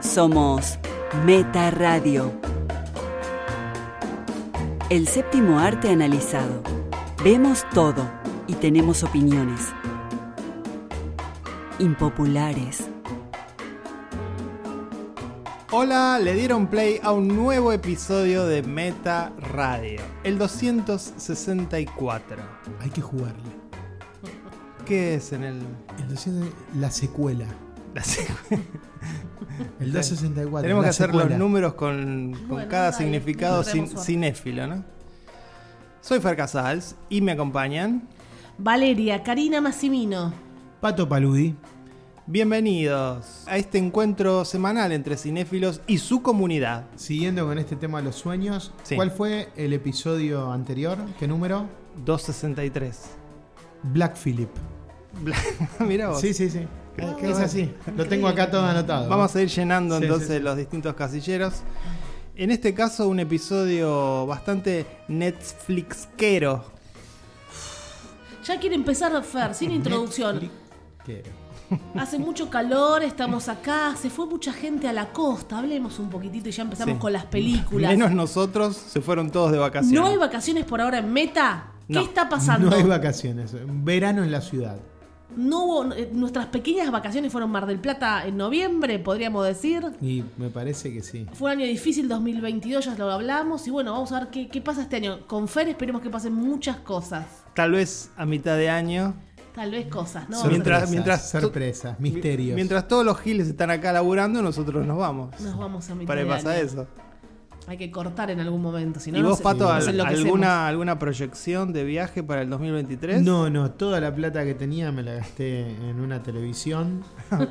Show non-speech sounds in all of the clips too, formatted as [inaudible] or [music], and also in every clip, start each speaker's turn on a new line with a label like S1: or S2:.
S1: Somos Meta Radio. El séptimo arte analizado. Vemos todo y tenemos opiniones. Impopulares.
S2: Hola, le dieron play a un nuevo episodio de Meta Radio, el 264.
S3: Hay que jugarle.
S2: ¿Qué es en el...
S3: El 200 la secuela.
S2: la [laughs] secuela?
S3: El 264.
S2: Tenemos
S3: la
S2: que hacer
S3: secuela.
S2: los números con, con
S4: Bueno,
S2: cada
S4: ahí,
S2: significado
S4: nos vemos,
S2: cin-
S4: Juan.
S2: cinéfilo, ¿no? Soy Fer Casals y me acompañan.
S4: Valeria, Karina Massimino.
S3: Pato Paludi.
S2: Bienvenidos a este encuentro semanal entre cinéfilos y su comunidad.
S3: Siguiendo con este tema de los sueños,
S2: Sí.
S3: ¿cuál fue el episodio anterior? ¿Qué número?
S2: [laughs] 263.
S3: Black Phillip.
S2: Mira vos.
S3: Sí, sí, sí.
S2: Qué-
S3: Es
S2: qué bueno.
S3: así. Lo tengo acá todo anotado.
S2: Vamos a ir llenando
S3: Sí,
S2: entonces
S3: sí, sí.
S2: los distintos casilleros. En este caso, un episodio bastante Netflixquero.
S4: Ya quiere empezar,
S2: [laughs]
S4: Fer, sin introducción.
S3: Quiero.
S4: Hace mucho calor, estamos acá, se fue mucha gente a la costa. Hablemos un poquitito y ya empezamos
S2: Sí.
S4: con las películas.
S2: Menos nosotros, se fueron todos de vacaciones.
S4: ¿No hay vacaciones por ahora en Meta? ¿Qué
S2: No.
S4: está pasando?
S3: No hay vacaciones. Verano en la ciudad.
S4: No hubo- eh, nuestras pequeñas vacaciones fueron Mar del Plata en noviembre, podríamos decir.
S3: Y me parece que sí.
S4: Fue un año difícil, 2022, ya lo hablamos. Y bueno, vamos a ver qué, qué pasa este año. Con Fer esperemos que pasen muchas cosas.
S2: Tal vez a mitad de año.
S4: Tal vez cosas, ¿no?
S2: Mientras- mientras-
S3: sorpresas, misterios.
S2: Mientras todos los giles están acá laburando, nosotros nos vamos.
S4: Nos vamos a mitad
S2: Para
S4: de
S2: pasa
S4: año.
S2: eso.
S4: Hay que cortar en algún momento, si no,
S2: ¿Y
S4: no
S2: vos,
S4: se-
S2: Pato,
S4: nos
S2: al-
S4: enloquecemos.
S2: alguna, alguna proyección de viaje para el 2023?
S3: No, no, toda la plata que tenía me la gasté en una televisión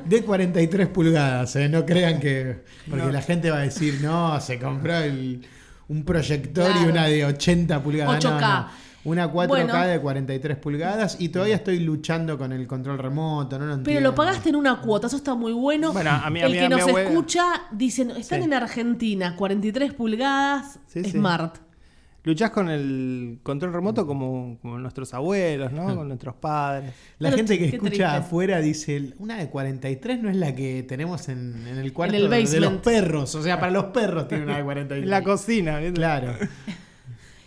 S3: de 43 pulgadas, ¿eh? no crean que... Porque
S2: No.
S3: la gente va a decir, no, se compró el- un proyector y
S4: Claro.
S3: una de 80 pulgadas. No,
S4: 8K.
S3: no. Una 4K
S4: Bueno.
S3: de 43 pulgadas y todavía estoy luchando con el control remoto, no lo
S4: Pero
S3: entiendo.
S4: lo pagaste en una cuota, eso está muy bueno.
S2: Bueno, a mí- a
S4: El
S2: mí-
S4: que
S2: a mi
S4: nos
S2: abuela-
S4: escucha, dicen, están
S2: Sí.
S4: en Argentina, 43 pulgadas,
S2: Sí, sí.
S4: smart.
S2: Luchás con el control remoto como, como nuestros abuelos, ¿no? Con nuestros padres.
S3: La
S4: Pero
S3: gente que
S4: qué
S3: escucha
S4: triste.
S3: afuera dice, una de 43 no es la que tenemos en, en el cuarto
S4: el
S3: de- de los
S4: basement.
S3: perros, o sea, para los perros tiene una de 43.
S2: En la cocina, ¿viste?
S3: Claro.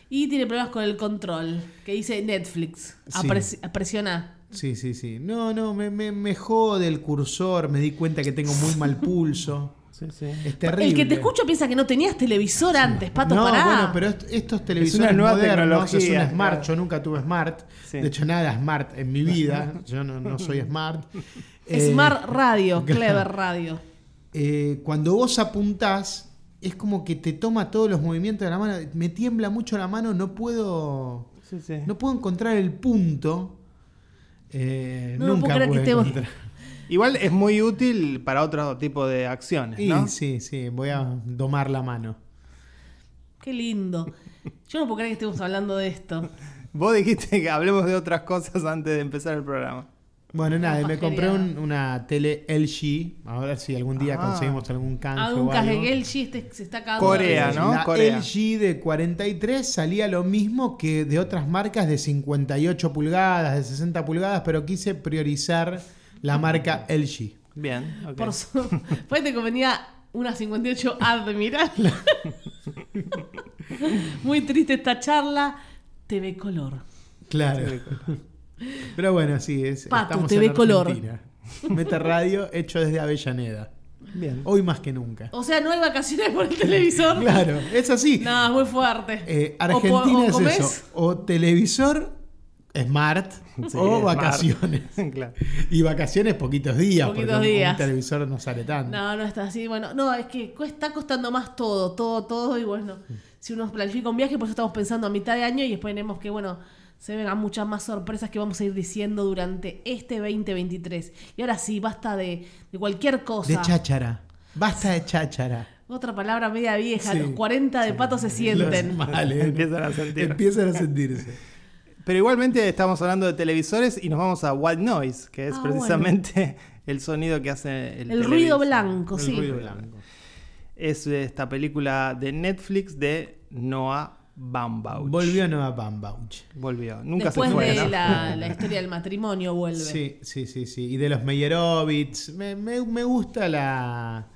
S4: Y tiene problemas con el control, que dice Netflix.
S3: Sí.
S4: Apres- presiona.
S3: Sí, sí, sí. No, no, me, me, me jode el cursor, me di cuenta que tengo muy mal pulso.
S2: Sí, sí.
S3: Es terrible.
S4: El que te escucha piensa que no tenías televisor antes, Pato,
S3: no,
S4: pará.
S3: bueno, pero est- estos televisores
S2: nueva
S3: modernos es
S2: tecnología,
S3: un smart,
S2: claro.
S3: yo nunca tuve smart,
S2: Sí.
S3: de hecho nada smart en
S2: [laughs]
S3: mi vida, yo no, no soy
S4: [laughs]
S3: smart. Eh,
S4: Smart Radio, Clever Radio.
S3: eh, cuando vos apuntás, es como que te toma todos los movimientos de la mano, me tiembla mucho la mano, no puedo,
S2: Sí, sí.
S3: no puedo encontrar el punto. Eh,
S4: No, no
S3: nunca
S4: puedo creer que
S3: pude
S4: estemos-
S3: encontrar.
S2: Igual es muy útil para otro tipo de acciones,
S3: Y
S2: ¿no?
S3: sí, sí, voy a domar la mano.
S4: Qué lindo. Yo no puedo creer que estemos hablando de esto.
S2: Vos dijiste que hablemos de otras cosas antes de empezar el programa.
S3: Bueno, nada,
S4: Una
S3: me compré
S4: pajería.
S3: un- una tele LG. A ver si algún día
S2: Ah.
S3: conseguimos algún canje
S4: Algún
S3: o algo.
S4: Kagegel este se está acabando.
S2: Corea, ¿no?
S3: La
S2: Corea.
S3: LG de 43 salía lo mismo que de otras marcas de 58 pulgadas, de 60 pulgadas, pero quise priorizar la marca LG.
S2: Bien, ok.
S4: Por su... [laughs] Pues te convenía una 58
S3: [laughs]
S4: admirable. Muy triste esta charla. TV Color.
S3: Claro. [laughs] Pero bueno, sí, es.
S4: Pato,
S3: estamos
S4: TV
S3: en
S4: color.
S3: Argentina. Meta Radio hecho desde Avellaneda.
S2: Bien.
S3: Hoy más que nunca.
S4: O sea, no hay vacaciones por el televisor.
S3: Claro, es así.
S4: Oh. No, es muy fuerte.
S3: Eh,
S4: O po-
S3: Argentina
S4: o
S3: es
S4: comés,
S3: eso. O televisor,
S4: [laughs]
S3: smart,
S2: Sí,
S3: o
S2: es
S3: vacaciones.
S2: mar- [laughs] claro.
S3: Y vacaciones poquitos días,
S4: Poquitos
S3: porque un- un,
S4: días.
S3: televisor no sale tanto.
S4: No, no está así. Bueno, no, es que cu- está costando más todo, todo, todo. Y bueno,
S3: Mm.
S4: si uno planifica un viaje, por eso estamos pensando a mitad de año y después tenemos que, bueno, se vengan muchas más sorpresas que vamos a ir diciendo durante este 2023. Y ahora sí, basta de, de cualquier cosa.
S3: de cháchara. Basta de cháchara.
S4: Otra palabra media vieja,
S3: Sí.
S4: los 40 de pato se
S3: Los
S4: sienten.
S3: males.
S2: [laughs] Empiezan a sentir.
S3: Empiezan a
S4: [laughs]
S3: sentirse.
S2: Pero igualmente estamos hablando de televisores y nos vamos a white noise, que es
S4: Ah,
S2: precisamente [laughs] el sonido que hace el,
S4: El ruido
S2: televisor.
S4: blanco,
S3: El
S4: sí.
S3: ruido blanco.
S2: Es esta película de Netflix de Noah Baumbach.
S3: Volvió Nueva Bambauch.
S2: Volvió. Nunca
S4: Después
S2: se fue,
S4: de
S2: ¿no?
S4: la, la historia del matrimonio vuelve.
S3: Sí, sí, sí, sí. Y de los Meyerovitz. Me, me- me gusta la,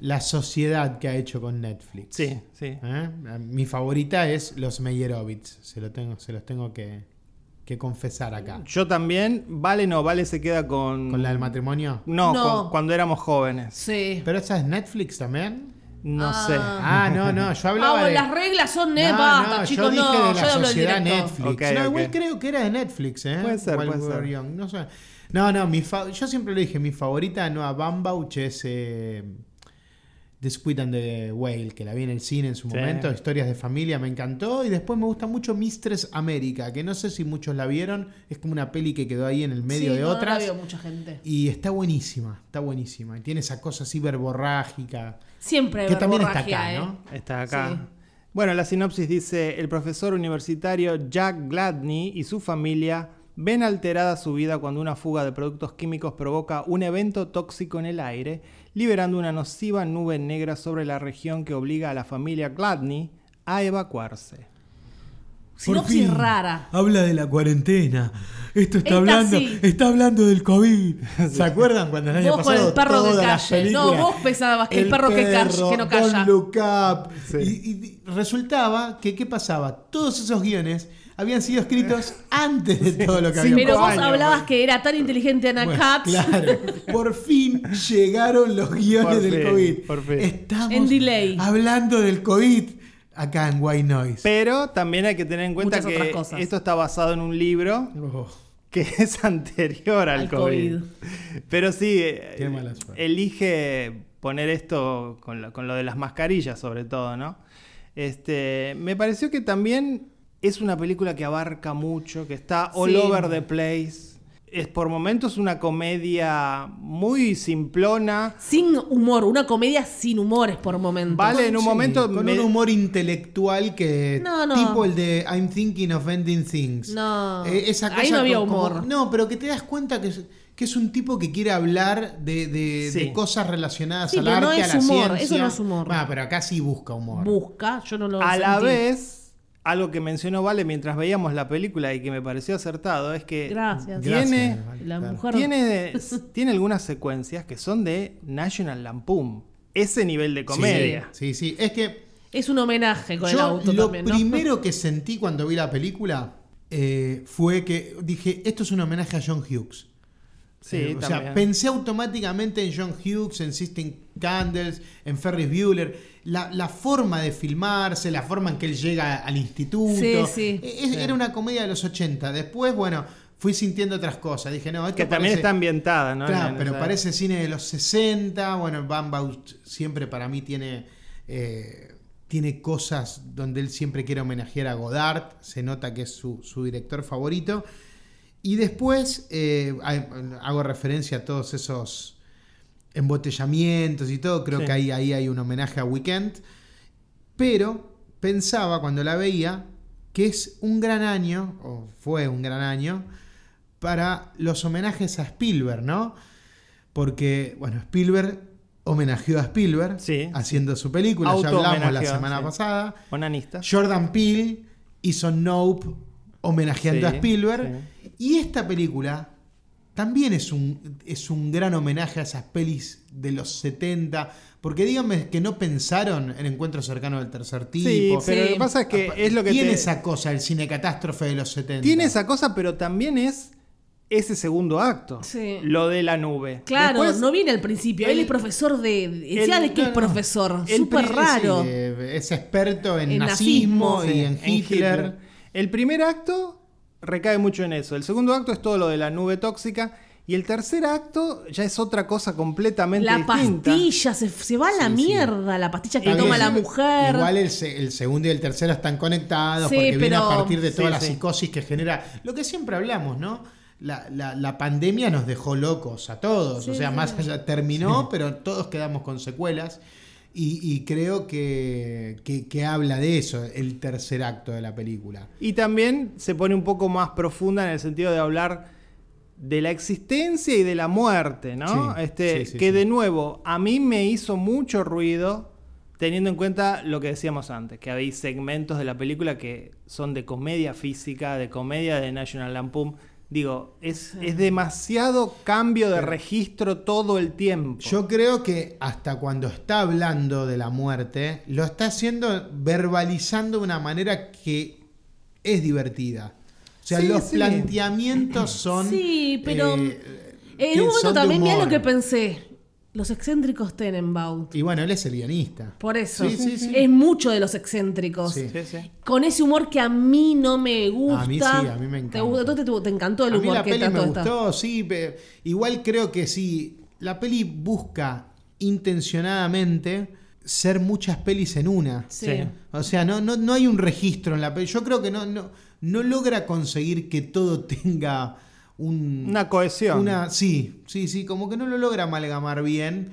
S3: la sociedad que ha hecho con Netflix.
S2: Sí, sí.
S3: ¿Eh? Mi favorita es Los Meyerovitz. Se, lo tengo, se los tengo que, que confesar acá.
S2: Yo también. Vale, no, vale se queda con.
S3: ¿Con la del matrimonio?
S2: No,
S4: No.
S2: cu- cuando éramos jóvenes.
S4: Sí.
S3: ¿Pero esa es Netflix también?
S2: No
S4: Ah.
S2: sé.
S3: Ah, no, no, yo hablaba
S4: Ah,
S3: de...
S4: las reglas son net,
S3: No,
S4: Eh, basta,
S3: no,
S4: chicos,
S3: yo dije
S4: no,
S3: de
S4: yo
S3: la
S4: hablo del
S3: sociedad
S4: director.
S3: Netflix.
S2: Ok,
S3: no, igual
S2: ok.
S3: creo que era de Netflix, ¿eh?
S2: Puede ser,
S3: While
S2: puede
S3: We
S2: ser.
S3: Were Young, no sé. No, no, mi fa- yo siempre le dije, mi favorita no a Bambauch es eh, The Squid and the Whale, que la vi en el cine en su
S2: Sí.
S3: momento, historias de familia, me encantó. Y después me gusta mucho Mistress América, que no sé si muchos la vieron, es como una peli que quedó ahí en el medio
S4: Sí,
S3: de
S4: no, no la
S3: otras.
S4: veo mucha gente.
S3: y está buenísima, está buenísima. Y tiene esa cosa así verborrágica.
S4: Siempre hay
S3: Que también está
S4: verborragia,
S3: acá,
S4: ¿eh?
S3: ¿no?
S2: Está acá.
S4: Sí.
S2: Bueno, la sinopsis dice: el profesor universitario Jack Gladney y su familia ven alterada su vida cuando una fuga de productos químicos provoca un evento tóxico en el aire, liberando una nociva nube negra sobre la región que obliga a la familia Gladney a evacuarse.
S4: Sinopsis rara.
S3: Habla de la cuarentena. Esto está
S4: Esta
S3: hablando,
S4: sí.
S3: está hablando
S2: [laughs]
S3: del COVID. ¿Se acuerdan cuando el año
S4: Vos con
S3: pasado
S4: el perro que
S3: todas las
S4: calle. No,
S3: películas,
S4: vos pensabas que el perro que ca- que no calla.
S3: Don't Look Up.
S2: Sí.
S3: Y, y resultaba que qué pasaba? Todos esos guiones habían sido escritos antes de todo lo que
S2: Sí,
S3: había
S4: Pero vos
S2: años,
S4: hablabas que era tan inteligente Ana
S3: Bueno,
S4: Katz.
S3: Claro, por fin llegaron los guiones
S2: Por
S3: del
S2: fin,
S3: COVID.
S2: por fin.
S3: Estamos
S4: En delay.
S3: hablando del COVID acá en White Noise.
S2: Pero también hay que tener en cuenta
S4: Muchas
S2: que
S4: otras cosas.
S2: esto está basado en un libro
S3: Oh.
S2: que [laughs] es anterior al,
S4: Al
S2: COVID.
S4: COVID.
S2: Pero sí, eh,
S3: Qué mala suerte.
S2: elige poner esto con lo, con lo de las mascarillas, sobre todo, ¿no? Este, me pareció que también es una película que abarca mucho, que está all
S4: Sí.
S2: over the place. Es por momentos una comedia muy simplona.
S4: Sin humor, una comedia sin humores por momentos.
S2: Vale, en un
S3: Sí,
S2: momento
S3: Con
S2: me-
S3: un humor intelectual que.
S4: No, no.
S3: Tipo el de I'm thinking of ending things.
S4: No.
S3: Eh, esa cosa
S4: Ahí no había
S3: como- como-
S4: humor.
S3: no, pero que te das cuenta que es, que es un tipo que quiere hablar de, de-
S2: Sí.
S3: de cosas relacionadas
S4: Sí,
S3: al
S4: pero
S3: arte,
S4: no
S3: a
S4: es
S3: la
S4: humor,
S3: ciencia.
S4: eso no es humor.
S3: Ah, pero acá sí busca humor.
S4: Busca, yo no lo
S2: A la
S4: sentí.
S2: vez, algo que mencionó Vale mientras veíamos la película y que me pareció acertado es que
S4: Gracias.
S2: Tiene-
S3: vale,
S4: La
S3: claro.
S4: mujer. [laughs]
S2: tiene, tiene algunas secuencias que son de National Lampoon. Ese nivel de comedia.
S3: Sí, sí. sí. Es que
S4: Es un homenaje con el
S3: Yo
S4: auto
S3: lo
S4: también, ¿no?
S3: primero que sentí cuando vi la película eh, fue que dije, esto es un homenaje a John Hughes.
S2: Sí,
S3: Eh, o sea,
S2: también.
S3: pensé automáticamente en John Hughes, en Sixteen Candles, en Ferris Bueller. La, la forma de filmarse, la forma en que él llega al instituto.
S4: Sí, sí.
S3: Eh, es- Era una comedia de los 80. Después, bueno, fui sintiendo otras cosas. Dije, no, esto
S2: que también
S3: parece-
S2: está ambientada, ¿no?
S3: Claro,
S2: En- en
S3: pero
S2: esa-
S3: parece cine de los 60. Bueno, Van Baust siempre para mí tiene, eh, tiene cosas donde él siempre quiere homenajear a Godard. Se nota que es su, su director favorito. Y después eh, hay- hago referencia a todos esos embotellamientos y todo. Creo
S2: Sí.
S3: que ahí, ahí hay un homenaje a Weekend. Pero pensaba cuando la veía que es un gran año, o fue un gran año, para los homenajes a Spielberg, ¿no? Porque, bueno, Spielberg homenajeó a Spielberg
S2: Sí.
S3: haciendo su película, ya hablamos la
S2: Auto-homenajeó,
S3: semana
S2: sí.
S3: pasada.
S2: Onanista.
S3: Jordan Peele hizo Nope homenajeando
S2: Sí,
S3: a Spielberg. Y esta película también es un, es un gran homenaje a esas pelis de los 70. Porque díganme que no pensaron en Encuentro Cercano del Tercer Tipo.
S2: Sí, pero
S4: Sí.
S2: lo que pasa es que
S3: Apa-
S2: es lo que
S3: tiene
S2: te-
S3: esa cosa, el cine catástrofe de los 70.
S2: tiene esa cosa, pero también es ese segundo acto.
S4: Sí.
S2: Lo de la nube.
S4: Claro,
S2: Después,
S4: no viene al principio.
S2: el-
S4: Él es profesor de. Decía
S2: el-
S4: de que
S2: no, no.
S4: es profesor.
S2: El
S4: Súper
S2: pri-
S4: raro.
S3: Sí, eh, es experto en,
S4: En
S3: nazismo,
S4: nazismo,
S3: y
S2: sí,
S3: en Hitler.
S2: El primer acto recae mucho en eso. El segundo acto es todo lo de la nube tóxica. Y el tercer acto ya es otra cosa completamente
S4: La
S2: distinta.
S4: pastilla, se, se va a la
S3: Sí, sí.
S4: mierda. La pastilla que
S3: Está
S4: toma
S3: bien.
S4: la mujer.
S3: Igual el, se- el segundo y el tercero están conectados
S4: Sí,
S3: porque viene a
S4: pero-
S3: partir de toda
S2: Sí,
S3: la
S2: sí.
S3: psicosis que genera. Lo que siempre hablamos, ¿no? La, la- la pandemia nos dejó locos a todos. o
S4: Sí,
S3: sea,
S4: sí.
S3: más allá terminó, pero todos quedamos con secuelas. Y, y creo que, que- que habla de eso el tercer acto de la película.
S2: Y también se pone un poco más profunda en el sentido de hablar de la existencia y de la muerte, ¿no?
S3: Sí,
S2: este,
S3: sí, sí,
S2: que
S3: sí.
S2: de nuevo, a mí me hizo mucho ruido teniendo en cuenta lo que decíamos antes, que hay segmentos de la película que son de comedia física, de comedia de National Lampoon, Digo, es, es demasiado cambio de registro todo el tiempo.
S3: Yo creo que hasta cuando está hablando de la muerte, lo está haciendo verbalizando de una manera que es divertida. O sea,
S2: Sí,
S3: los
S2: sí.
S3: planteamientos
S4: [clears throat]
S3: son.
S4: Sí, pero
S3: eh, que
S4: En un momento
S3: son de
S4: también mirá lo
S3: humor.
S4: que pensé. Los excéntricos Tenenbaum.
S3: Y bueno, él es el guionista.
S4: Por eso.
S3: Sí, sí, sí.
S4: Es mucho de los excéntricos.
S3: Sí.
S2: Sí, sí.
S4: Con ese humor que a mí no me gusta.
S3: A mí sí, a mí me encanta.
S4: Te, gusta- entonces te, te encantó el
S3: A mí
S4: humor
S3: la
S4: que
S3: peli me
S4: trató esta.
S3: gustó, sí. pe- igual creo que sí. La peli busca intencionadamente ser muchas pelis en una.
S4: Sí.
S2: Sí.
S3: O sea, no, no, no hay un registro en la peli. Yo creo que no, no, no logra conseguir que todo tenga un,
S2: Una cohesión.
S3: una- sí, sí, sí, como que no lo logra amalgamar bien.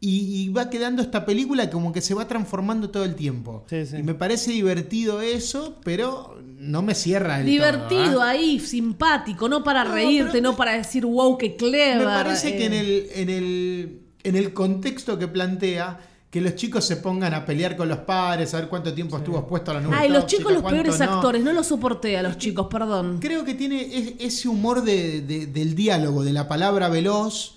S3: Y, y va quedando esta película como que se va transformando todo el tiempo.
S2: Sí, sí.
S3: Y me parece divertido eso, pero no me cierra el
S4: Divertido ahí, simpático, no para
S3: ¿ah? No,
S4: reírte,
S3: pero-
S4: no para decir wow, qué clever.
S3: Me parece que
S4: eh.
S3: en el, en, el, en el contexto que plantea, que los chicos se pongan a pelear con los padres, a ver cuánto tiempo estuvo expuesto a la nube.
S4: Ay, los
S3: tóxica,
S4: chicos, los
S3: cuánto
S4: peores
S3: no.
S4: actores, no los soporté a los chicos, perdón.
S3: Creo que tiene es- ese humor de- de- del diálogo, de la palabra veloz.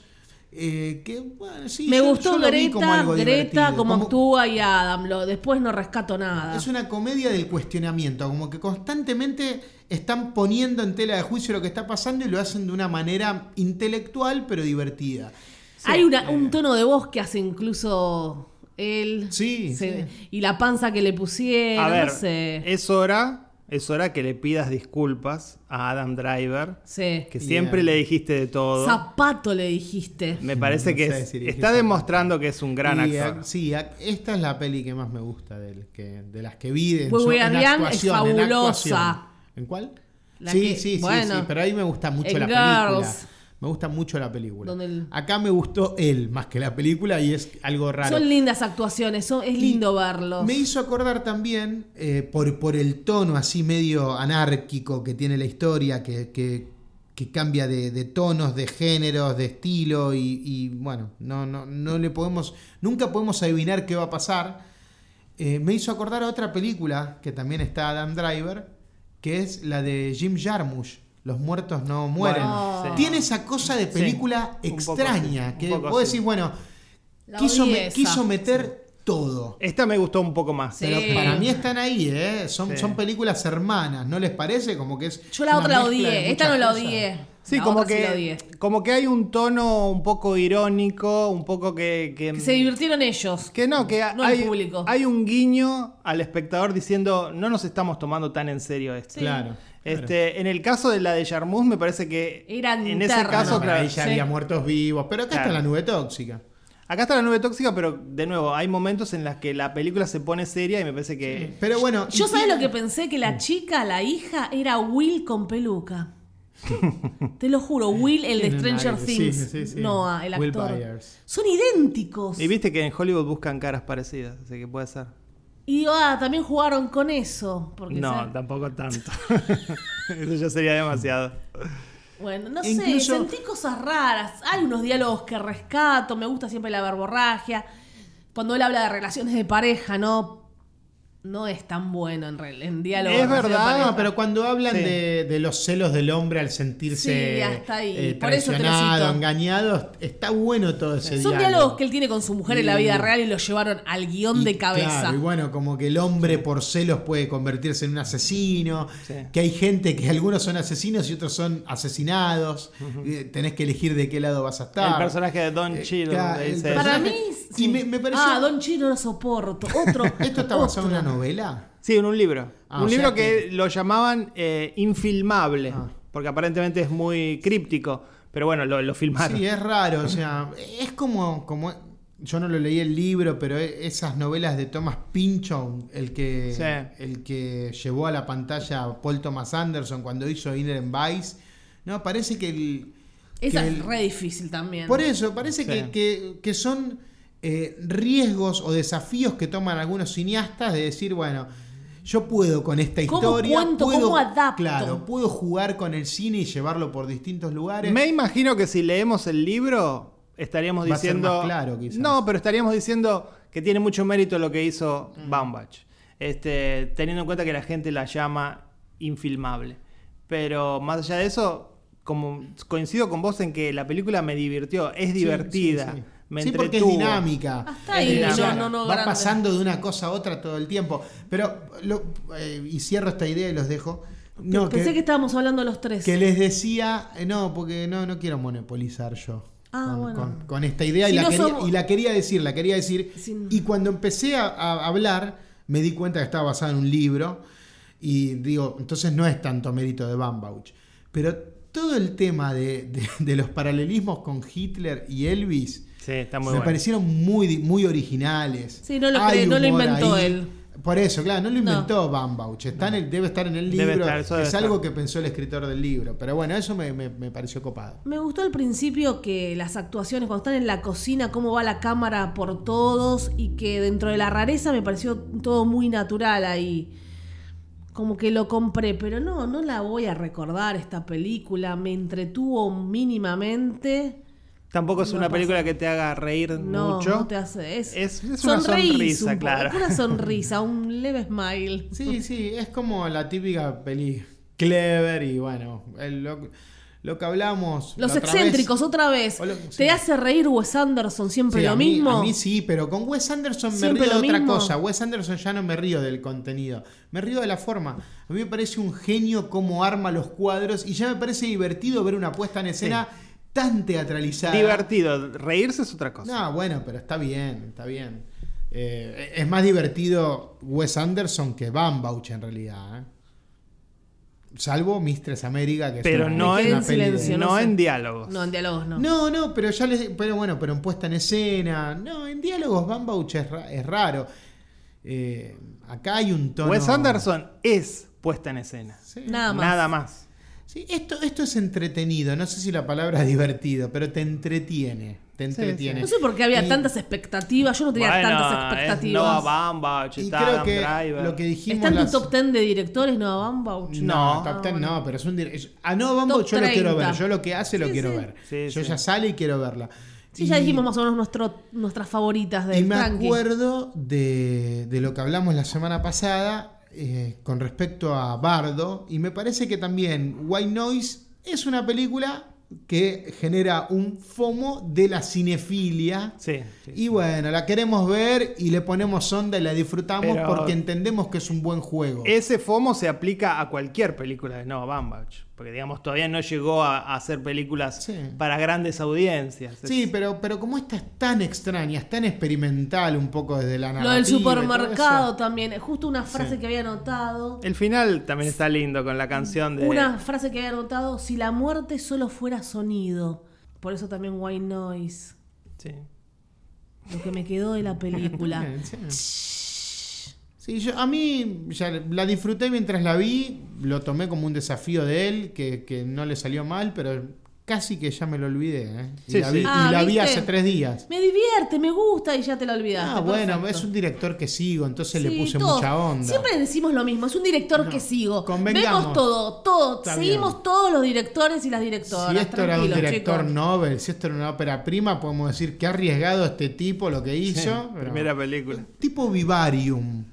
S3: eh, que, bueno, sí,
S4: me
S3: yo-
S4: gustó
S3: yo lo vi
S4: Greta,
S3: como algo
S4: Greta,
S3: divertido,
S4: como, actúa y Adam. Lo, después no rescato nada.
S3: Es una comedia del cuestionamiento, como que constantemente están poniendo en tela de juicio lo que está pasando y lo hacen de una manera intelectual pero divertida.
S4: Hay una- un tono de voz que hace incluso él.
S3: Sí,
S4: Se- Y la panza que le pusieron.
S2: A ver,
S4: no sé.
S2: es hora, es hora que le pidas disculpas a Adam Driver,
S4: Sí.
S2: que siempre
S3: Bien.
S2: le dijiste de todo.
S4: Zapato le dijiste.
S2: Me parece
S3: No
S2: que
S3: sé
S2: es-
S3: si le dijiste
S2: está
S3: zapato.
S2: demostrando que es un gran
S3: Y,
S2: actor.
S3: ac- sí, ac- esta es la peli que más me gusta de, él, que- de las que vi. en
S4: Muy
S3: su-
S4: buena,
S3: en
S4: Adrián, es
S3: actuación, en
S4: fabulosa.
S3: actuación. ¿En cuál?
S4: La
S3: sí,
S4: que-
S3: sí, sí,
S4: bueno.
S3: sí, pero ahí me gusta mucho
S4: En
S3: la película.
S4: Girls.
S3: Me gusta mucho la película.
S4: Donde el-
S3: Acá me gustó él más que la película y es algo raro.
S4: Son lindas actuaciones, son- es lindo
S3: Y
S4: verlos.
S3: Me hizo acordar también, eh, por, por el tono así medio anárquico que tiene la historia, que, que- que cambia de, de tonos, de géneros, de estilo, y, y, bueno, no, no, no le podemos, nunca podemos adivinar qué va a pasar. Eh, me hizo acordar a otra película que también está Adam Driver, que es la de Jim Jarmusch. Los muertos no mueren.
S4: Oh.
S2: Bueno, sí.
S3: Tiene esa cosa de película
S2: un poco
S3: extraña.
S2: sí, un
S3: que
S2: poco
S3: vos
S2: sí.
S3: decís, bueno,
S4: La
S3: quiso,
S4: odié
S3: me-
S4: esa.
S3: quiso meter todo.
S2: Esta me gustó un poco más.
S4: Sí.
S3: Pero para mí están ahí, ¿eh? Son,
S2: Sí.
S3: son películas hermanas, ¿no les parece? Como que es.
S4: Yo la
S3: una
S4: otra la
S3: mezcla de
S4: odié, esta no
S3: muchas
S4: la
S3: cosas.
S4: odié.
S2: Sí,
S4: La
S2: como
S4: otra la
S2: que,
S4: odié.
S2: como que hay un tono un poco irónico, un poco que... que-
S4: Que se divirtieron ellos.
S2: que no, que
S4: No el
S2: hay,
S4: público.
S2: hay un guiño al espectador diciendo no nos estamos tomando tan en serio esto.
S3: Claro.
S2: Este, en el caso de la de Yarmouth me parece que
S4: Era
S2: en ese
S4: interna.
S2: caso,
S3: Bueno, pero
S2: claro,
S3: ahí ya
S4: sí.
S3: había muertos vivos, pero acá está
S2: Claro.
S3: la nube tóxica.
S2: acá está la nube tóxica, pero de nuevo, hay momentos en los que la película se pone seria y me parece que
S3: Pero bueno.
S4: Yo
S3: y- Mm.
S4: sabes lo que pensé, que la chica, la hija, era Will con peluca. Te lo juro, Will, el de
S3: Tienen
S4: Stranger
S3: aire,
S4: Things.
S3: sí, sí, sí.
S4: Noah, el
S3: Will
S4: actor.
S3: Byers.
S4: Son idénticos.
S2: y viste que en Hollywood buscan caras parecidas, así que puede ser.
S4: Y digo, ah, también jugaron con eso. Porque
S2: No,
S4: ¿sabes?
S2: tampoco tanto. [laughs] Eso ya sería demasiado.
S4: Bueno, no
S3: Incluso-
S4: sé, sentí cosas raras. Hay unos diálogos que rescato, me gusta siempre la verborragia. Cuando él habla de relaciones de pareja, no, no es tan bueno en, re- en diálogos.
S2: Es
S4: de relación de
S2: verdad,
S4: pareja.
S3: No, pero cuando hablan
S2: Sí.
S3: de, de los celos del hombre al sentirse
S4: Sí, hasta ahí.
S3: eh,
S4: Por eso te lo
S3: traicionado,
S4: cito.
S3: engañado, está bueno todo ese
S4: Son
S3: diálogo.
S4: diálogos que él tiene con su mujer en la vida
S3: Y-
S4: real y lo llevaron al guión
S3: Y,
S4: de cabeza.
S3: claro, y bueno, como que el hombre por celos puede convertirse en un asesino,
S2: Sí.
S3: que hay gente que algunos son asesinos y otros son asesinados, eh, tenés que elegir de qué lado vas a estar.
S2: El personaje de Don
S3: Eh,
S2: Chilo
S3: claro,
S2: le
S3: el
S2: dice,
S3: personaje-
S4: Para mí.
S3: Y
S4: sí.
S3: me- me pareció-
S4: Ah, Don Chino lo soporto. Otro.
S3: [laughs] ¿Esto está basado en una
S4: otro.
S3: novela?
S2: Sí, en un libro.
S3: Ah, o
S2: un
S3: sea
S2: libro que... lo llamaban eh, infilmable,
S3: Ah.
S2: porque aparentemente es muy críptico, pero bueno, lo, lo filmaron.
S3: Sí, es raro, o sea, es como, como yo no lo leí el libro, pero e- esas novelas de Thomas Pynchon, el que
S2: Sí.
S3: el que llevó a la pantalla a Paul Thomas Anderson cuando hizo Inner and Vice, no, parece que el
S4: Esa
S3: que
S4: es
S3: el-
S4: re difícil también.
S3: Por eso, parece
S2: Sí.
S3: que, que- que son eh, riesgos o desafíos que toman algunos cineastas de decir, bueno, yo puedo con esta
S4: ¿Cómo
S3: historia.
S4: cuento?
S3: puedo,
S4: ¿Cómo adapto?
S3: Claro, puedo jugar con el cine y llevarlo por distintos lugares.
S2: Me imagino que si leemos el libro estaríamos
S3: Va a ser
S2: diciendo.
S3: más claro, quizás.
S2: No, pero estaríamos diciendo que tiene mucho mérito lo que hizo
S3: Mm.
S2: Bambach. Este, teniendo en cuenta que la gente la llama infilmable. Pero más allá de eso, como coincido con vos en que la película me divirtió, es
S3: Sí,
S2: divertida,
S3: sí, sí.
S2: me
S3: Sí, porque es
S2: entretuvo.
S3: dinámica.
S4: Hasta
S3: Es
S4: ahí,
S3: dinámica.
S4: Ah, no, no, no,
S3: Eh, Va
S4: grande.
S3: pasando de una cosa a otra todo el tiempo. Pero, lo- eh, y cierro esta idea y los dejo. No,
S4: Pensé que,
S3: que,
S4: estábamos hablando los tres.
S3: que les decía, eh, no, porque no, no quiero monopolizar yo.
S4: Ah,
S3: con,
S4: bueno.
S3: con- con esta idea
S4: Si
S3: y, la
S4: no
S3: quería,
S4: somos-
S3: y la quería decir, la quería decir.
S4: Sin-
S3: Y cuando empecé a, a hablar, me di cuenta que estaba basada en un libro. Y digo, entonces no es tanto mérito de Bambauch. Pero todo el tema de, de- de los paralelismos con Hitler y Elvis
S2: Sí, está muy
S3: me
S2: bueno.
S3: parecieron muy, di- muy originales.
S4: Sí, no lo
S3: Hay
S4: cree- no lo
S3: humor
S4: inventó
S3: ahí.
S4: él.
S3: Por eso, claro, no lo
S4: No.
S3: inventó Bambauch. Está en el, debe estar en el
S2: Debe
S3: libro.
S2: estar, eso debe
S3: es algo
S2: estar.
S3: que pensó el escritor del libro. Pero bueno, eso me, me- me pareció copado.
S4: Me gustó al principio que las actuaciones, cuando están en la cocina, cómo va la cámara por todos y que dentro de la rareza me pareció todo muy natural ahí. Como que lo compré, pero no, no la voy a recordar esta película. Me entretuvo mínimamente.
S2: Tampoco es
S4: No
S2: una
S4: pasa.
S2: película que te haga reír
S4: No,
S2: mucho.
S4: no te hace. Es,
S2: Es- es una
S4: sonreís
S2: sonrisa,
S4: un poco,
S2: claro.
S4: Una sonrisa, un leve smile.
S3: Sí, sí, es como la típica peli clever y bueno, el- lo, lo que hablamos.
S4: Los
S3: la otra vez-
S4: excéntricos, otra vez.
S3: O lo- sí.
S4: Te hace reír Wes Anderson siempre
S3: Sí,
S4: lo
S3: a mí-
S4: mismo.
S3: a mí sí, pero con Wes Anderson me
S4: Siempre
S3: río de
S4: lo
S3: otra
S4: mismo.
S3: cosa. Wes Anderson ya no me río del contenido. Me río de la forma. A mí me parece un genio cómo arma los cuadros y ya me parece divertido ver una puesta en escena tan teatralizada.
S2: Divertido, reírse es otra cosa.
S3: No, bueno, pero está bien, está bien. Eh, es más divertido Wes Anderson que Van Bauch en realidad. ¿eh? Salvo Mistress América, que es
S2: Pero
S3: una-
S2: no
S4: Me
S3: es
S4: quedé
S2: en,
S3: una
S4: en
S3: peli de-
S4: silencio,
S2: no
S4: no sé.
S2: en diálogos.
S4: No, en diálogos no.
S3: no, no, pero ya les. Pero bueno, pero en puesta en escena. No, en diálogos Van Bauch es, ra- es raro. Eh, acá hay un tono.
S2: Wes Anderson es puesta en escena.
S3: Sí.
S4: Nada más.
S2: Nada más.
S3: Sí, esto, esto es entretenido. No sé si la palabra es divertido, pero te entretiene. Te entretiene.
S4: No sé por qué había
S3: Y-
S4: tantas expectativas. Yo no tenía
S2: Bueno,
S4: tantas
S2: es
S4: expectativas.
S2: Noah Baumbach,
S3: Y
S2: está
S3: creo
S2: Adam
S3: que
S2: Driver.
S3: lo que dijimos.
S4: ¿Está en tu
S3: las- Mm,
S4: top 10 de directores Noah Baumbach?
S3: No,
S2: No.
S3: top
S4: Ah,
S3: 10
S4: bueno.
S3: no, pero es un dir- es- A Noah Baumbach
S4: Top
S3: yo lo quiero
S4: 30.
S3: ver. Yo lo que hace lo
S4: Sí,
S3: quiero
S4: sí.
S3: ver.
S2: Sí,
S3: yo
S2: sí.
S3: ya sale y quiero verla.
S4: Sí, ya
S3: Y-
S4: dijimos más o menos nuestro, nuestras favoritas de
S3: Y me acuerdo de, de lo que hablamos la semana pasada eh, con respecto a Bardo, y me parece que también White Noise es una película que genera un FOMO de la cinefilia.
S2: Sí, sí.
S3: Y bueno, la queremos ver y le ponemos onda y la disfrutamos
S2: Pero-
S3: porque entendemos que es un buen juego.
S2: Ese FOMO se aplica a cualquier película de Noah Baumbach. Porque, digamos, todavía no llegó a, a hacer películas
S3: Sí.
S2: para grandes audiencias. Es-
S3: Sí, pero, pero como esta es tan extraña, es tan experimental un poco desde la
S4: Lo
S3: narrativa.
S4: del
S3: y todo eso.
S4: supermercado también. Justo una frase que había anotado.
S2: El final también está lindo con la canción de.
S4: Una frase que había anotado. Si la muerte solo fuera sonido. Por eso también White Noise.
S2: Sí.
S4: Lo que me quedó de la película.
S3: [laughs] Sí, sí. Sí, yo, a mí ya la disfruté mientras la vi, lo tomé como un desafío de él, que, que no le salió mal, pero casi que ya me lo olvidé. ¿eh? Y
S2: Sí,
S3: la
S2: sí.
S3: vi, y
S4: Ah,
S3: la vi
S4: ¿viste?
S3: hace tres días.
S4: me divierte, me gusta y ya te la olvidaste.
S3: Ah, bueno,
S4: perfecto.
S3: es un director que sigo, entonces le
S4: Sí,
S3: puse
S4: todos.
S3: mucha onda.
S4: Siempre decimos lo mismo, es un director que sigo.
S3: convengamos.
S4: Vemos todo, todo.
S3: Está
S4: seguimos
S3: bien.
S4: todos los directores y las directoras.
S3: Si esto era un
S4: tranquilos,
S3: director
S4: chicos.
S3: Nobel, si esto era una ópera prima, podemos decir que arriesgado este tipo lo que hizo.
S2: Sí, [laughs]
S3: pero-
S2: Primera película.
S3: Tipo Vivarium.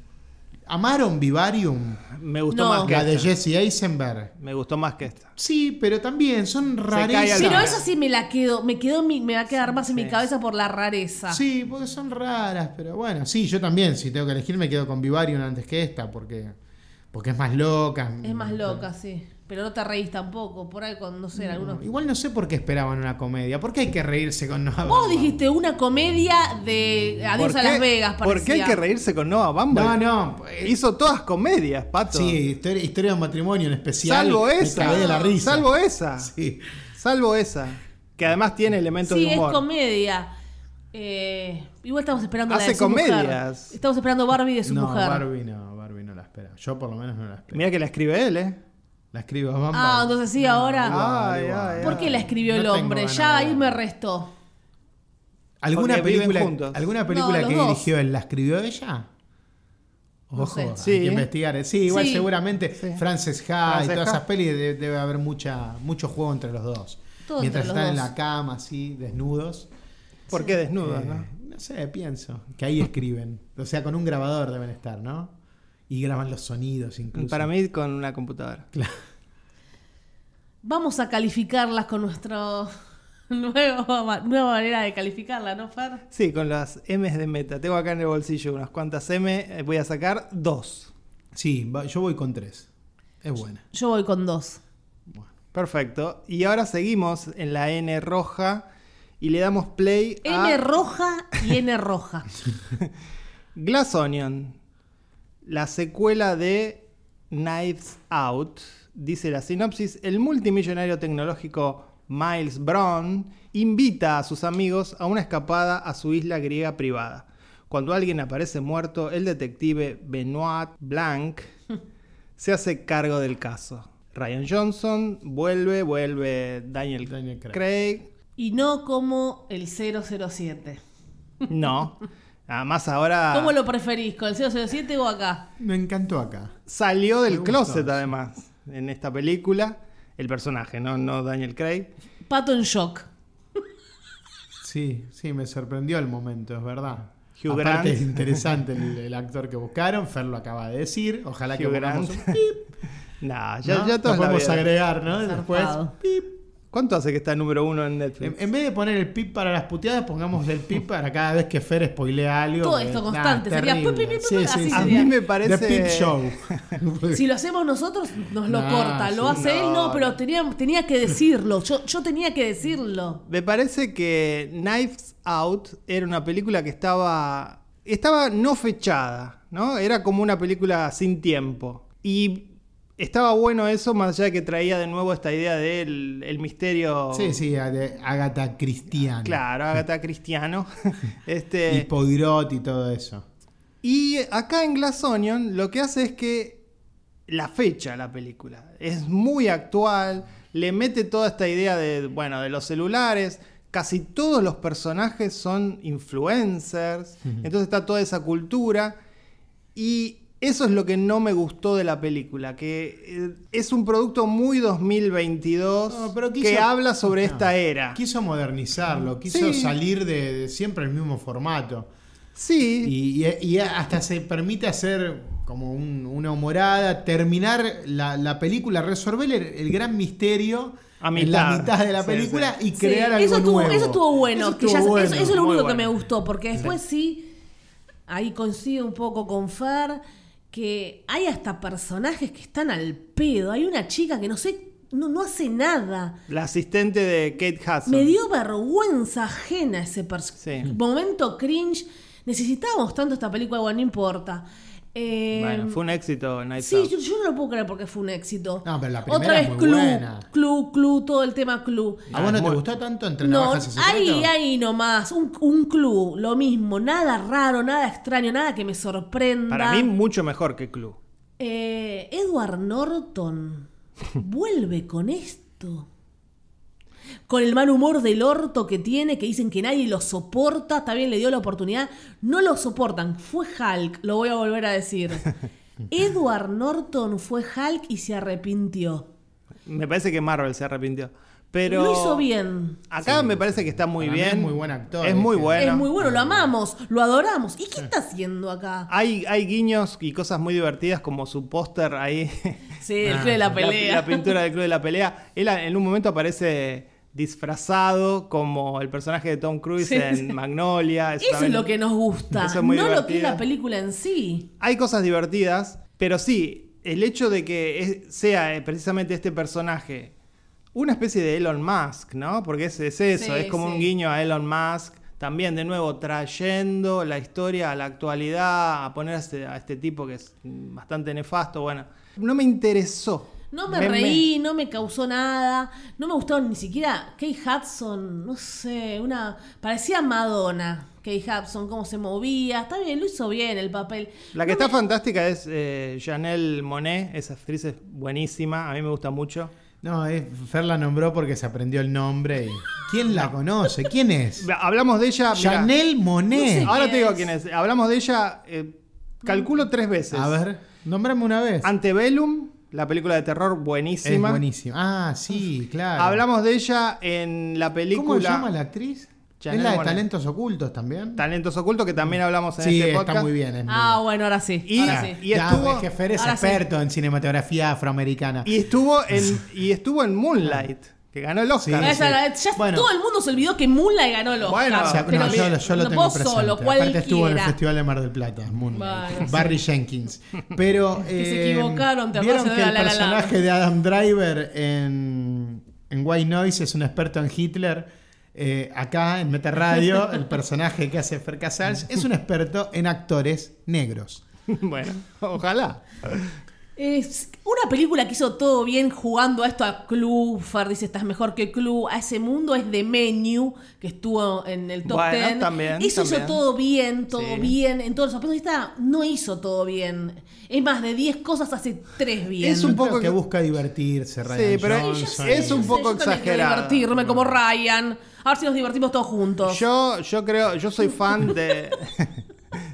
S3: ¿Amaron Vivarium?
S2: Me gustó
S4: No.
S2: más que
S3: La de
S2: esta.
S3: Jesse Eisenberg.
S2: Me gustó más que esta.
S3: Sí, pero también son
S2: cae
S3: rarezas.
S2: al
S4: Pero
S2: Claro.
S4: esa sí me la quedo, me quedó en mi- me va a quedar más en mi
S2: Sí.
S4: cabeza por la rareza.
S3: Sí, porque son raras, pero bueno, sí, yo también, si tengo que elegir me quedo con Vivarium antes que esta, porque, porque es más loca.
S4: Es más loca, sí. Pero no te reís tampoco, por ahí con, no sé, algunos.
S3: Igual no sé por qué esperaban una comedia, ¿por qué hay que reírse con Noah
S4: Vos
S3: Baumbach?
S4: dijiste una comedia de Adiós
S2: ¿Por
S4: a
S2: qué-
S4: Las Vegas, parecía.
S2: ¿Por qué hay que reírse con Noah Baumbach?
S3: No, no, eh,
S2: Hizo todas comedias, pato.
S3: sí, historia, historia de un matrimonio en especial.
S2: Salvo
S3: me
S2: esa.
S3: cagué de la risa.
S2: Salvo esa.
S3: [laughs] Sí.
S2: Salvo esa. Que además tiene elementos
S4: Sí,
S2: de
S4: es
S2: humor.
S4: comedia. Eh, igual estamos esperando la
S2: Hace
S4: de su mujer.
S2: comedias.
S4: Estamos esperando Barbie de su
S3: No,
S4: mujer.
S3: Barbie no, Barbie no la espera. Yo por lo menos no la espero.
S2: Mira que la escribe él, ¿eh?
S3: La escribo a Bamba.
S4: Ah, entonces sí, ahora.
S3: Ah,
S2: Ay, ay,
S4: ¿Por qué la escribió
S3: No
S4: el
S3: tengo
S4: hombre?
S3: ganas
S4: Ya
S3: de
S4: ahí
S3: ver.
S4: me restó.
S3: ¿Alguna
S2: Porque viven
S3: película,
S2: juntos.
S3: ¿alguna película
S4: No, los
S3: que
S4: dos.
S3: dirigió él la escribió ella?
S4: No
S3: Ojo,
S4: sé.
S2: Sí.
S3: hay que investigar. Sí, igual
S4: Sí.
S3: seguramente Frances Ha
S2: Frances
S3: y todas
S2: Ha.
S3: esas pelis de- debe haber mucha, mucho juego entre los dos.
S4: Todo
S3: Mientras
S4: entre los
S3: están en
S4: dos.
S3: la cama, así, desnudos.
S2: ¿Por qué desnudos,
S3: Eh,
S2: no?
S3: no sé, pienso. Que ahí escriben. O sea, con un grabador deben estar, ¿no? Y graban los sonidos incluso.
S2: Para mí, con una computadora.
S3: Claro.
S4: Vamos a calificarlas con nuestra [laughs] nueva, nueva manera de calificarla, ¿no, Fer?
S2: Sí, con las M's de meta. Tengo acá en el bolsillo unas cuantas M. eh, Voy a sacar dos.
S3: Sí, va- yo voy con tres. Es buena.
S4: Yo voy con dos.
S2: Perfecto. Y ahora seguimos en la N roja y le damos play a
S4: N roja y N roja.
S2: Glass Onion, la secuela de Knives Out. Dice la sinopsis, el multimillonario tecnológico Miles Brown invita a sus amigos a una escapada a su isla griega privada. Cuando alguien aparece muerto, el detective Benoit Blanc se hace cargo del caso. Ryan Johnson vuelve, vuelve Daniel,
S3: Daniel Craig.
S2: Craig.
S4: Y no como el 007.
S2: No. Además ahora...
S4: ¿Cómo lo preferís? ¿Con el 007 o acá?
S3: Me encantó acá.
S2: salió del
S3: Me gusta
S2: closet
S3: eso.
S2: además en esta película el personaje, no, no Daniel Craig.
S4: Pato en shock.
S3: Sí, sí, me sorprendió el momento, es verdad.
S2: Hugh Grant.
S3: Aparte es
S2: [laughs]
S3: interesante el, el actor que buscaron, Fer lo acaba de decir. Ojalá que
S2: Hugh
S3: pongamos
S2: Grant. [laughs]
S3: un pip,
S2: Nah, ya,
S3: ¿no?
S2: ya
S3: Lo
S2: todos la
S3: podemos
S2: vieron.
S3: agregar, ¿no? Después,
S4: Zarpado.
S3: pip.
S2: ¿Cuánto hace que está número uno en
S3: En,
S2: Netflix?
S3: en vez de poner el pip para las puteadas, pongamos el pip para cada vez que Fer spoilea algo.
S4: Todo
S3: que-
S4: esto
S3: nah,
S4: constante, sería
S3: terrible.
S4: pip, pip, pip,
S3: Sí,
S4: pip,
S3: sí,
S4: así
S3: sí.
S2: a
S4: sería.
S2: mí me parece
S3: The
S2: [laughs]
S3: Pip Show.
S4: Si lo hacemos nosotros, nos lo
S3: No,
S4: corta. Lo
S3: sí,
S4: hace él,
S2: no.
S4: no, pero tenía, tenía que decirlo. Yo, yo tenía que decirlo.
S2: Me parece que Knives Out era una película que estaba estaba no fechada, ¿no? Era como una película sin tiempo y estaba bueno eso más allá de que traía de nuevo esta idea del el misterio
S3: Sí, sí, a- de Agatha Cristiana.
S2: Oh. Claro, Agatha
S3: [laughs]
S2: Cristiano. este
S3: Y Poirot y todo eso.
S2: Y acá en Glass Onion lo que hace es que la fecha la película es muy actual, le mete toda esta idea de, bueno, de los celulares, casi todos los personajes son influencers, entonces está toda esa cultura y eso es lo que no me gustó de la película, que eh, es un producto muy 2022
S3: No, pero
S2: que
S3: quiso-
S2: habla sobre
S3: no.
S2: esta era.
S3: Ah. Quiso modernizarlo, quiso
S2: Sí.
S3: salir de, de siempre el mismo formato.
S2: Sí,
S3: Y, y- y hasta se permite hacer como un- una humorada, terminar la, la película, resolver el, el gran misterio
S2: A
S3: en la
S2: mitad.
S3: mitad de la
S2: Sí,
S3: película y
S4: Sí,
S3: crear algo
S4: eso estuvo,
S3: nuevo.
S4: Eso estuvo bueno.
S3: Eso
S4: que
S3: estuvo
S4: ya- eso-
S3: bueno.
S4: eso es lo
S2: muy
S4: único que
S2: bueno.
S4: me gustó, porque después sí, ahí coincido un poco con Fer, que hay hasta personajes que están al pedo. Hay una chica que no sé, no, no hace nada.
S2: la asistente de Kate Hudson.
S4: Me dio vergüenza ajena ese pers-
S2: Sí.
S4: momento cringe. Necesitábamos tanto esta película, bueno, no importa. Eh,
S2: Bueno, fue un éxito Knives
S4: Sí,
S2: Out.
S4: yo, yo no lo puedo creer porque fue un éxito.
S3: No, pero la primera
S4: Otra
S3: es
S4: vez
S3: muy
S4: club,
S3: buena.
S4: club, club, todo el tema club.
S3: ¿A vos no te
S2: Muy-
S3: gustó tanto entre
S4: No,
S3: navajas y secreto?
S4: ahí, ahí nomás, un, un club, lo mismo, nada raro, nada extraño, nada que me sorprenda.
S2: Para mí mucho mejor que Club.
S4: Eh, Edward Norton vuelve con esto. Con el mal humor del orto que tiene, que dicen que nadie lo soporta, también le dio la oportunidad, no lo soportan, fue Hulk, lo voy a volver
S2: [laughs]
S4: a decir. Edward Norton fue Hulk y se arrepintió.
S2: Me parece que Marvel se arrepintió. Pero
S4: Lo hizo bien.
S2: Acá me parece que está muy
S3: Para mí
S2: bien.
S3: es muy buen actor,
S2: Es muy
S3: dije.
S2: bueno.
S4: es muy bueno, lo amamos, lo adoramos. ¿Y qué está haciendo acá?
S2: Hay, hay guiños y cosas muy divertidas como su póster ahí.
S4: Sí, el club de [laughs] la pelea.
S2: Ah, La, pintura del club de la pelea. Él a- en un momento aparece disfrazado como el personaje de Tom Cruise
S4: Sí,
S2: en
S4: sí.
S2: Magnolia.
S4: [laughs] Eso
S2: también-
S4: es lo que nos gusta.
S2: Eso es
S4: no
S2: muy
S4: lo que es
S2: divertido.
S4: la película en sí.
S2: Hay cosas divertidas, pero sí, el hecho de que es- sea eh, precisamente este personaje una especie de Elon Musk, ¿no? Porque es, es eso,
S4: Sí,
S2: es como
S4: sí.
S2: un guiño a Elon Musk. También, de nuevo, trayendo la historia a la actualidad, a ponerse a este tipo que es mm, bastante nefasto. Bueno, no me interesó.
S4: No me, reí, no me causó nada. No me gustaron ni siquiera Kate Hudson, no sé, una. Parecía Madonna, Kate Hudson, cómo se movía. Está bien, lo hizo bien el papel.
S2: La que
S4: No
S2: está
S4: me-
S2: fantástica es eh, Janelle Monet, esa actriz es buenísima, a mí me gusta mucho.
S3: No, es- Fer la nombró porque se aprendió el nombre. y- ¿Quién la conoce?
S2: [laughs]
S3: ¿Quién es?
S2: Hablamos de ella. mirá.
S3: Chanel Monet.
S4: No sé.
S2: [laughs] Ahora
S4: ¿Quién
S2: te digo
S4: es?
S2: quién es. Hablamos de ella, eh, calculo tres veces.
S3: A ver, nombrame una vez.
S2: Antebellum, la película de terror
S3: es
S2: buenísima.
S3: buenísimo. Ah, sí, claro.
S2: Hablamos de ella en la película.
S3: ¿Cómo se llama la actriz? ¿Es
S2: Chanel
S3: la de
S2: Monáe.
S3: talentos ocultos también?
S2: Talentos ocultos que también hablamos en
S3: Mm. sí,
S2: este
S3: está
S2: podcast.
S3: muy bien. es muy
S4: Ah,
S3: bien.
S4: bueno, ahora sí.
S2: Y-
S4: ahora
S3: Ah,
S4: sí.
S2: y
S3: ya,
S2: estuvo-
S3: es que Fer es
S4: ahora sí.
S3: experto en cinematografía afroamericana.
S2: Y estuvo
S3: [laughs]
S2: en y estuvo en Moonlight, que ganó el Oscar.
S3: Sí,
S4: Esa
S3: sí.
S4: la- ya
S3: Bueno.
S4: todo el mundo se olvidó que Moonlight ganó el Oscar.
S2: Bueno,
S3: O sea,
S2: Pero
S3: no, yo, lo- yo lo
S4: no,
S3: tengo
S4: vos
S3: presente.
S4: solo,
S3: Aparte estuvo en el
S4: cualquiera.
S3: Festival de Mar del Plata, Moonlight.
S4: Bueno, sí.
S3: Barry Jenkins. Pero
S4: Que se
S3: eh,
S4: equivocaron, ¿te
S3: vieron
S4: acordás
S3: que
S4: de
S3: el
S4: La La Land?
S3: personaje de Adam Driver en, en White Noise es un experto en Hitler. Eh, acá en Meta
S4: [laughs]
S3: Radio, el personaje que hace Fer Casals es un experto en actores negros.
S2: [laughs] bueno, ojalá.
S4: Es una película que hizo todo bien jugando a esto a Club. Far dice: Estás mejor que Club. A ese mundo es de Menu, que estuvo en el top
S2: Bueno,
S4: 10.
S2: también,
S4: Eso
S2: también.
S4: hizo todo bien, todo
S2: Sí.
S4: bien. En todos los aspectos. Esta no hizo todo bien. Es más, de 10 cosas hace 3 bien.
S2: Es un
S3: Yo creo
S2: poco
S3: que,
S2: que-
S3: busca divertirse, Ryan
S2: pero
S3: Johnson.
S2: es un
S4: Yo
S2: poco
S4: yo también quiero
S2: exagerado.
S4: divertirme como Ryan. A ver si nos divertimos todos juntos.
S2: Yo yo creo, yo soy fan de [laughs]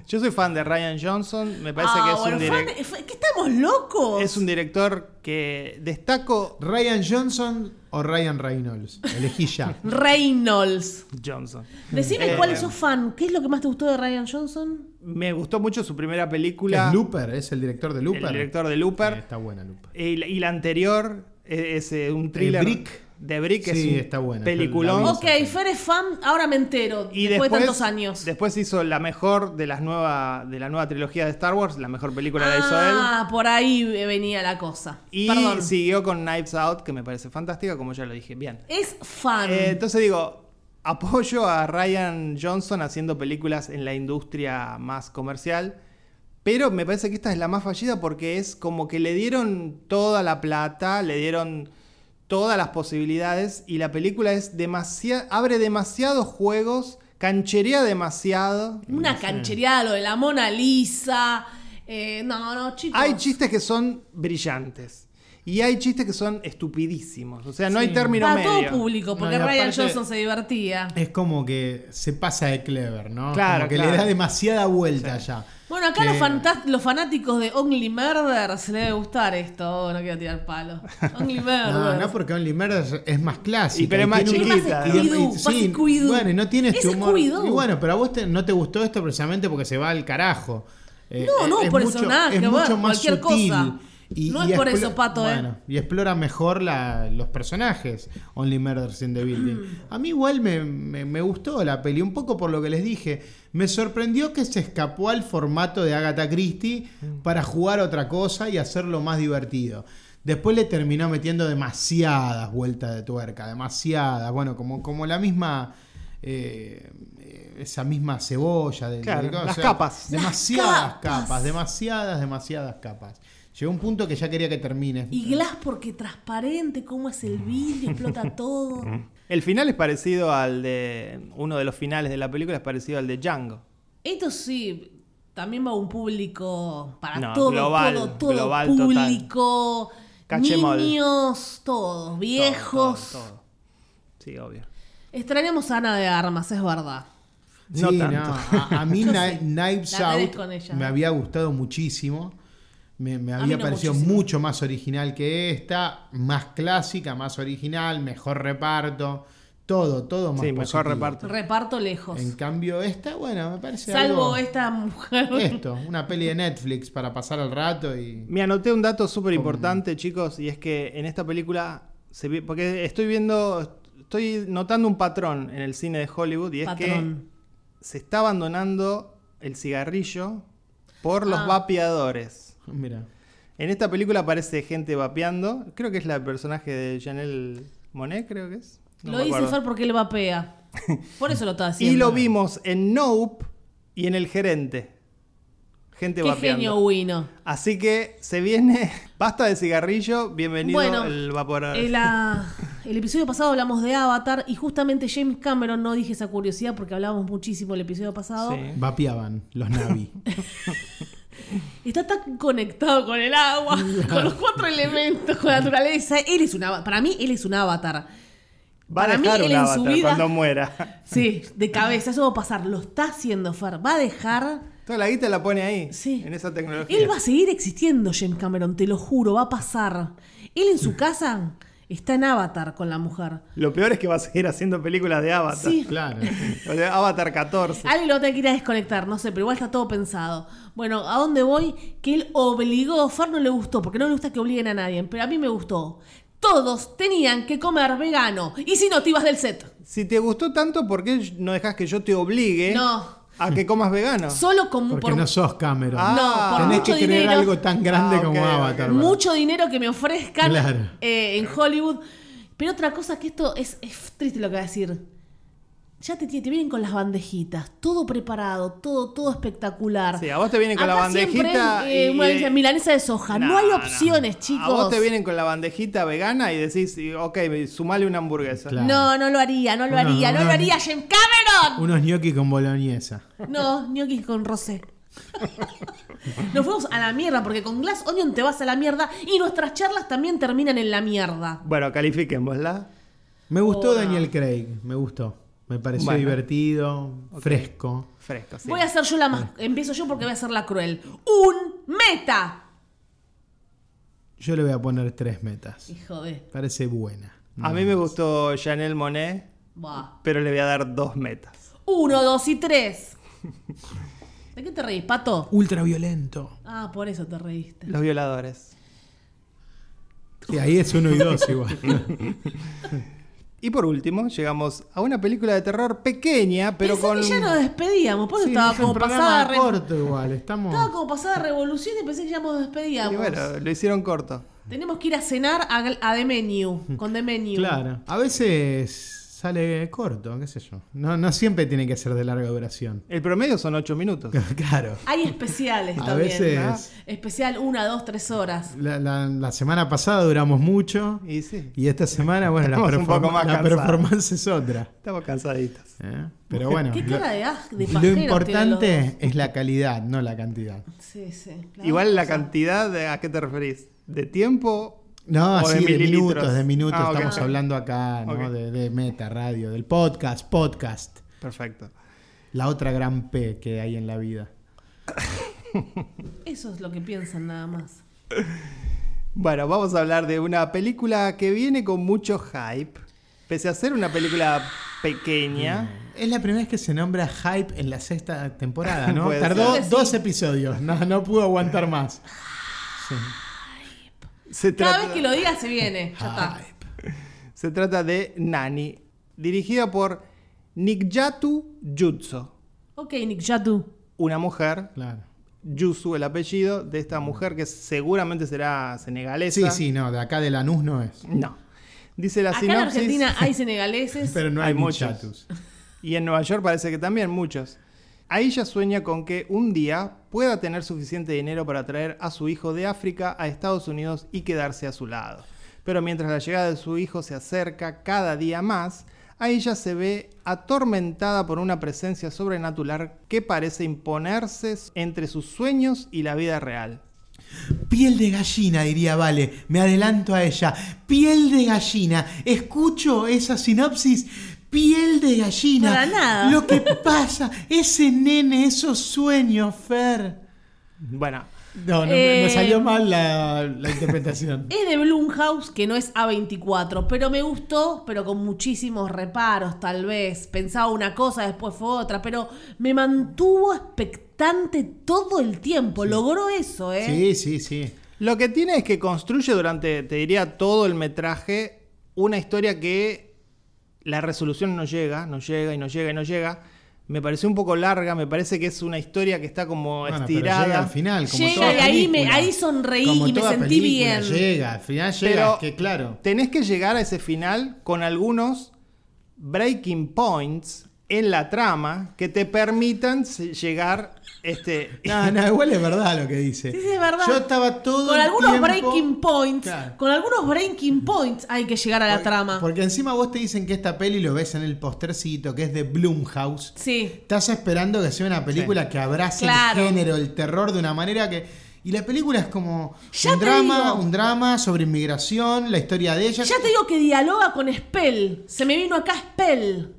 S2: Yo soy fan de Ryan Johnson, me parece
S4: Ah,
S2: que es
S4: bueno,
S2: un
S4: fan
S2: direc-
S4: de- fa- ¿Qué estamos locos?
S2: es un director que destaco
S3: Ryan Johnson o Ryan Reynolds.
S2: [laughs]
S3: Elegí ya.
S4: Reynolds.
S2: Johnson.
S4: Decime
S2: Eh,
S4: cuál es su fan. ¿Qué es lo que más te gustó de Ryan Johnson?
S2: Me gustó mucho su primera película,
S3: es Looper, es el director de Looper.
S2: el director de
S3: Eh,
S2: Looper.
S3: está buena Looper.
S2: Y la, y la anterior eh, es, eh, un thriller
S3: Brick.
S2: de Brick, que
S3: Sí,
S2: es un
S3: está buena,
S2: peliculón.
S3: la vi.
S4: Ok, Fer es fan, ahora me entero.
S2: Y
S4: después,
S2: después,
S4: de tantos años.
S2: Después hizo la mejor de las nueva, de la nueva trilogía de Star Wars, la mejor película la hizo él.
S4: ah, por ahí venía la cosa.
S2: Y
S4: Perdón.
S2: siguió con Knives Out, que me parece fantástica, como ya lo dije. Bien.
S4: Es fan.
S2: Eh, entonces digo, apoyo a Ryan Johnson haciendo películas en la industria más comercial. Pero me parece que esta es la más fallida porque es como que le dieron toda la plata, le dieron todas las posibilidades y la película es demasiado abre demasiados juegos, cancherea demasiado.
S4: Una canchereada, lo de la Mona Lisa. Eh, no, no, chicos.
S2: Hay chistes que son brillantes y hay chistes que son estupidísimos, o sea, no hay término
S4: Para
S2: medio.
S4: todo público, porque
S3: No, y
S4: Ryan
S3: aparte-
S4: Johnson se divertía.
S3: Es como que se pasa de clever, ¿no?
S2: Claro,
S3: Como que
S2: claro.
S3: le da demasiada vuelta ya. Eh,
S4: Bueno, acá
S3: Que-
S4: los, fanta- los fanáticos de Only Murder se les debe gustar esto. Oh, no quiero tirar palo. Only Murder.
S3: No, no, porque Only Murder es más clásico.
S2: Y pero es más chiquita,
S4: Es más Scooby-Doo, más Scooby-Doo.
S3: bueno, y no tiene este
S4: Es
S3: humor. Y
S4: Scooby-Doo.
S3: bueno, pero a vos te- no te gustó esto precisamente porque se va al carajo. Eh,
S4: No, no, por eso nada,
S3: es
S4: que va,
S3: mucho más
S4: cualquier
S3: sutil.
S4: cosa. No es por eso, Pato, eh.
S3: bueno, Y explora mejor la- los personajes. Only Murders in the Building.
S2: Mm.
S3: A mí igual me, me- me gustó la peli, un poco por lo que les dije. Me sorprendió que se escapó al formato de Agatha Christie
S2: Mm.
S3: para jugar a otra cosa y hacerlo más divertido. Después le terminó metiendo demasiadas vueltas de tuerca, demasiadas. Bueno, como, como la misma. eh, esa misma cebolla del
S2: Claro,
S3: del- o
S2: las
S3: sea,
S2: capas.
S3: Demasiadas
S4: Las capas.
S3: capas. demasiadas, demasiadas capas. Llegó un punto que ya quería que termine.
S4: Y Glass porque transparente, cómo es el vidrio, explota todo.
S2: El final es parecido al de uno de los finales de la película es parecido al de Django.
S4: Esto sí, también va a un público para
S2: No,
S4: todo,
S2: global,
S4: todo, todo
S2: global total.
S4: público,
S2: Cachemol.
S4: niños, todos, viejos.
S2: Todo, todo, todo. Sí, obvio.
S4: Extrañamos a Ana de Armas, es verdad.
S2: No
S3: Sí,
S2: tanto.
S3: A, a mí
S4: [laughs] Yo
S3: Kni-
S4: sí.
S3: Knives
S4: La tenés
S3: Out
S4: con ella.
S3: me había gustado muchísimo. Me, me
S4: A
S3: había
S4: mí no
S3: parecido
S4: muchísimo.
S3: mucho más original que esta. Más clásica, más original, mejor reparto. Todo, todo más
S2: Sí, mejor
S3: positivo.
S2: reparto.
S4: Reparto lejos.
S3: En cambio esta, bueno, me parece
S4: Salvo
S3: algo- [laughs]
S4: esta mujer.
S3: Esto, una peli de Netflix para pasar al rato y...
S2: Me anoté un dato súper importante, chicos, y es que en esta película se vi- porque estoy viendo estoy notando un patrón en el cine de Hollywood y es
S4: Patrón.
S2: que se está abandonando el cigarrillo por los
S4: Ah.
S2: vapeadores.
S3: Mira.
S2: En esta película aparece gente vapeando, creo que es la personaje de Janelle Monet, creo que es. No
S4: lo
S2: me
S4: dice
S2: acuerdo.
S4: Fer porque le vapea.
S2: [laughs]
S4: Por eso lo está haciendo.
S2: Y lo vimos en Nope y en El Gerente. Gente
S4: Qué
S2: vapeando.
S4: genio Wino.
S2: Así que se viene [laughs] basta de cigarrillo, bienvenido
S4: Bueno,
S2: el vaporador.
S4: El, ah, el episodio pasado hablamos de Avatar y justamente James Cameron, no dije esa curiosidad porque hablábamos muchísimo el episodio pasado,
S2: Sí.
S3: Vapeaban los
S4: [laughs]
S3: Navi.
S4: está tan conectado con el agua, con los cuatro elementos, con la naturaleza. Él es un ava- para mí él es un avatar.
S2: Va a
S4: para mí
S2: dejar
S4: él
S2: un
S4: en su
S2: avatar
S4: vida-
S2: cuando
S4: [laughs]
S2: muera.
S4: Sí, de cabeza, eso va a pasar, lo está haciendo Fer, va a dejar...
S2: Toda la guita la pone ahí,
S4: Sí.
S2: en esa tecnología.
S4: Él va a seguir existiendo, James Cameron, te lo juro, va a pasar. Él en su casa Está en Avatar con la mujer.
S2: Lo peor es que va a seguir haciendo películas de Avatar.
S4: Sí.
S3: Claro.
S2: O sea, Avatar 14.
S4: Alguien lo va a tener que ir a desconectar, no sé, pero igual está todo pensado. Bueno, ¿a dónde voy? Que él obligó, Far no le gustó, porque no le gusta que obliguen a nadie, pero a mí me gustó. Todos tenían que comer vegano, y si no, te ibas del set.
S2: Si te gustó tanto, ¿por qué no dejas que yo te obligue
S4: No.
S2: a que comas vegano?
S4: Solo con...
S3: Porque
S4: por-
S3: no sos Cameron.
S2: Ah,
S4: no, por
S3: Tenés
S4: mucho
S3: que creer
S4: dinero.
S3: algo tan grande
S2: Ah,
S3: como
S2: ok,
S3: Avatar. ¿verdad?
S4: mucho dinero que me ofrezcan
S3: Claro.
S4: eh, en Hollywood. Pero otra cosa que esto es, es triste lo que voy a decir. Ya te, tie- te vienen con las bandejitas, todo preparado, todo, todo espectacular.
S2: Sí, a vos te vienen con la bandejita
S4: siempre es, eh,
S2: y-
S4: una dice, milanesa de soja. no
S2: Nah,
S4: hay
S2: nah.
S4: opciones, chicos.
S2: A vos te vienen con la bandejita vegana y decís, y, ok, sumale una hamburguesa.
S3: Claro.
S4: No, no lo haría, no lo
S3: Una-
S4: haría, no
S3: una-
S4: lo haría, Jim Cameron.
S3: Unos gnocchi con boloñesa.
S4: No, ñoquis con rosé. Nos fuimos a la mierda porque con Glass Onion te vas a la mierda y nuestras charlas también terminan en la mierda.
S2: Bueno, califiquémosla.
S3: Me gustó
S4: Hola.
S3: Daniel Craig, me gustó. Me pareció
S2: Bueno.
S3: divertido, fresco.
S2: Fresco, sí.
S4: Voy a hacer yo la más. Empiezo yo porque voy a hacer la cruel. ¡Un meta!
S3: Yo le voy a poner tres metas.
S4: Hijo de.
S3: Parece buena.
S2: A mí me gustó Chanel Monet,
S4: Buah.
S2: pero le voy a dar dos metas.
S4: Uno, dos y tres. ¿De qué te reís, pato?
S3: Ultra violento.
S4: Ah, por eso te reíste.
S2: Los violadores.
S3: Sí, ahí es uno y
S4: [laughs]
S3: dos igual.
S2: Y por último, llegamos a una película de terror pequeña, pero
S4: Pensé
S2: con...
S4: que ya nos despedíamos. Por eso
S3: Sí,
S4: estaba,
S3: es un
S4: como
S3: programa
S4: pasada re-
S3: corto igual. Estamos.
S4: estaba como pasada revolución y pensé que ya nos despedíamos.
S2: Y bueno, lo hicieron corto.
S4: Tenemos que ir a cenar a, Gl- a The Menu. Con The Menu.
S3: Claro. A veces sale corto, qué sé yo. No, no siempre tiene que ser de larga duración. [laughs]
S2: El promedio son ocho [laughs] minutos.
S3: claro.
S4: Hay especiales
S3: A
S4: también.
S3: veces.
S4: ¿no? Especial una, dos, tres horas.
S3: La, la- la semana pasada duramos mucho.
S2: Y sí,
S3: Y esta semana, bueno, la,
S2: Estamos un
S3: performa-
S2: poco más
S3: la
S2: cansados.
S3: performance es otra.
S2: estamos cansaditos.
S3: ¿eh? Pero bueno.
S4: ¿Qué
S3: lo-
S4: cara de, aj- de
S3: Lo
S4: pajeros tienen los
S3: importante es la calidad, no
S2: [laughs]
S3: la cantidad.
S4: dos? Sí, sí.
S2: Igual la
S4: cosa.
S2: cantidad, de, ¿a qué te referís? ¿De tiempo?
S3: No,
S2: o
S3: así de,
S2: mililitros?
S3: minutos, de minutos
S2: Ah, ok,
S3: estamos
S2: ok.
S3: hablando acá, ¿no?
S2: Ok.
S3: De, de meta, radio, del podcast, podcast.
S2: Perfecto.
S3: La otra gran P que hay en la vida.
S4: Eso es lo que piensan nada más.
S2: Bueno, vamos a hablar de una película que viene con mucho hype. Pese a ser una película pequeña,
S3: Es la primera vez que se nombra Hype en la sexta temporada,
S2: [laughs]
S3: ¿no?
S2: Puede
S3: Tardó
S4: ser.
S3: dos episodios, no, no pudo
S2: [laughs]
S3: aguantar más. Sí.
S2: se
S4: Cada
S2: trata,
S4: vez que lo diga se viene. Ya está.
S3: Hype.
S2: se trata de Nani, dirigida por Nikyatu Jutsu,
S4: Ok, Nick, ya tú.
S2: una mujer,
S3: Claro.
S2: Yusu el apellido, de esta mujer que seguramente será
S3: Sí,
S2: senegalesa.
S3: sí, no, de acá de Lanús no es.
S2: No. Dice la
S4: Acá en
S2: sinopsis.
S4: Argentina hay senegaleses.
S3: Pero no
S2: Hay
S3: hay,
S2: muchos.
S3: muchachos.
S2: Y en Nueva York parece que también muchos. Ahí ella sueña con que un día pueda tener suficiente dinero para traer a su hijo de África a Estados Unidos y quedarse a su lado. Pero mientras la llegada de su hijo se acerca cada día más, a ella se ve atormentada por una presencia sobrenatural que parece imponerse entre sus sueños y la vida real.
S3: Piel de gallina, diría Vale. Me adelanto a ella. Piel de gallina. Escucho esa sinopsis. Piel de gallina.
S4: Para nada.
S3: Lo que pasa, ese nene, esos sueños, Fer.
S2: Bueno,
S3: No, no, me-
S4: Eh,
S3: me salió mal la, la interpretación.
S4: Es de Blumhouse, que no es A24, pero me gustó, pero con muchísimos reparos, tal vez. Pensaba una cosa, después fue otra, pero me mantuvo expectante todo el tiempo. Logró eso, [laughs] ¿eh?
S3: Sí, sí, sí.
S2: Lo que tiene es que construye durante, te diría, todo el metraje una historia que la resolución no llega, no llega y no llega y no llega. Me pareció un poco larga, me parece que es una historia que está como
S3: Bueno, pero
S2: estirada.
S3: llega al final, como
S4: Llega
S3: toda
S4: y ahí
S3: película.
S4: me- ahí sonreí
S3: Como
S4: y me
S3: toda
S4: sentí
S3: película,
S4: bien.
S3: Llega, al final llega,
S2: Pero-
S3: es que claro.
S2: Tenés que llegar a ese final con algunos breaking points en la trama que te permitan se- llegar este
S3: No, no, igual es verdad lo que dice.
S4: Sí, sí, es verdad.
S3: Yo estaba todo
S4: Con
S3: el
S4: algunos
S3: tiempo-
S4: breaking points,
S3: Claro.
S4: con algunos breaking points hay que llegar a la
S3: Porque-
S4: trama.
S3: Porque encima vos te dicen que esta peli lo ves en el postercito, que es de Blumhouse.
S4: Sí.
S3: Estás esperando que sea una película que abrace
S4: Claro.
S3: el género, el terror de una manera que. Y la película es como
S4: Ya
S3: un
S4: te
S3: drama,
S4: digo.
S3: un drama sobre inmigración, la historia de ella.
S4: Ya te digo que dialoga con Spell. Se me vino acá Spell.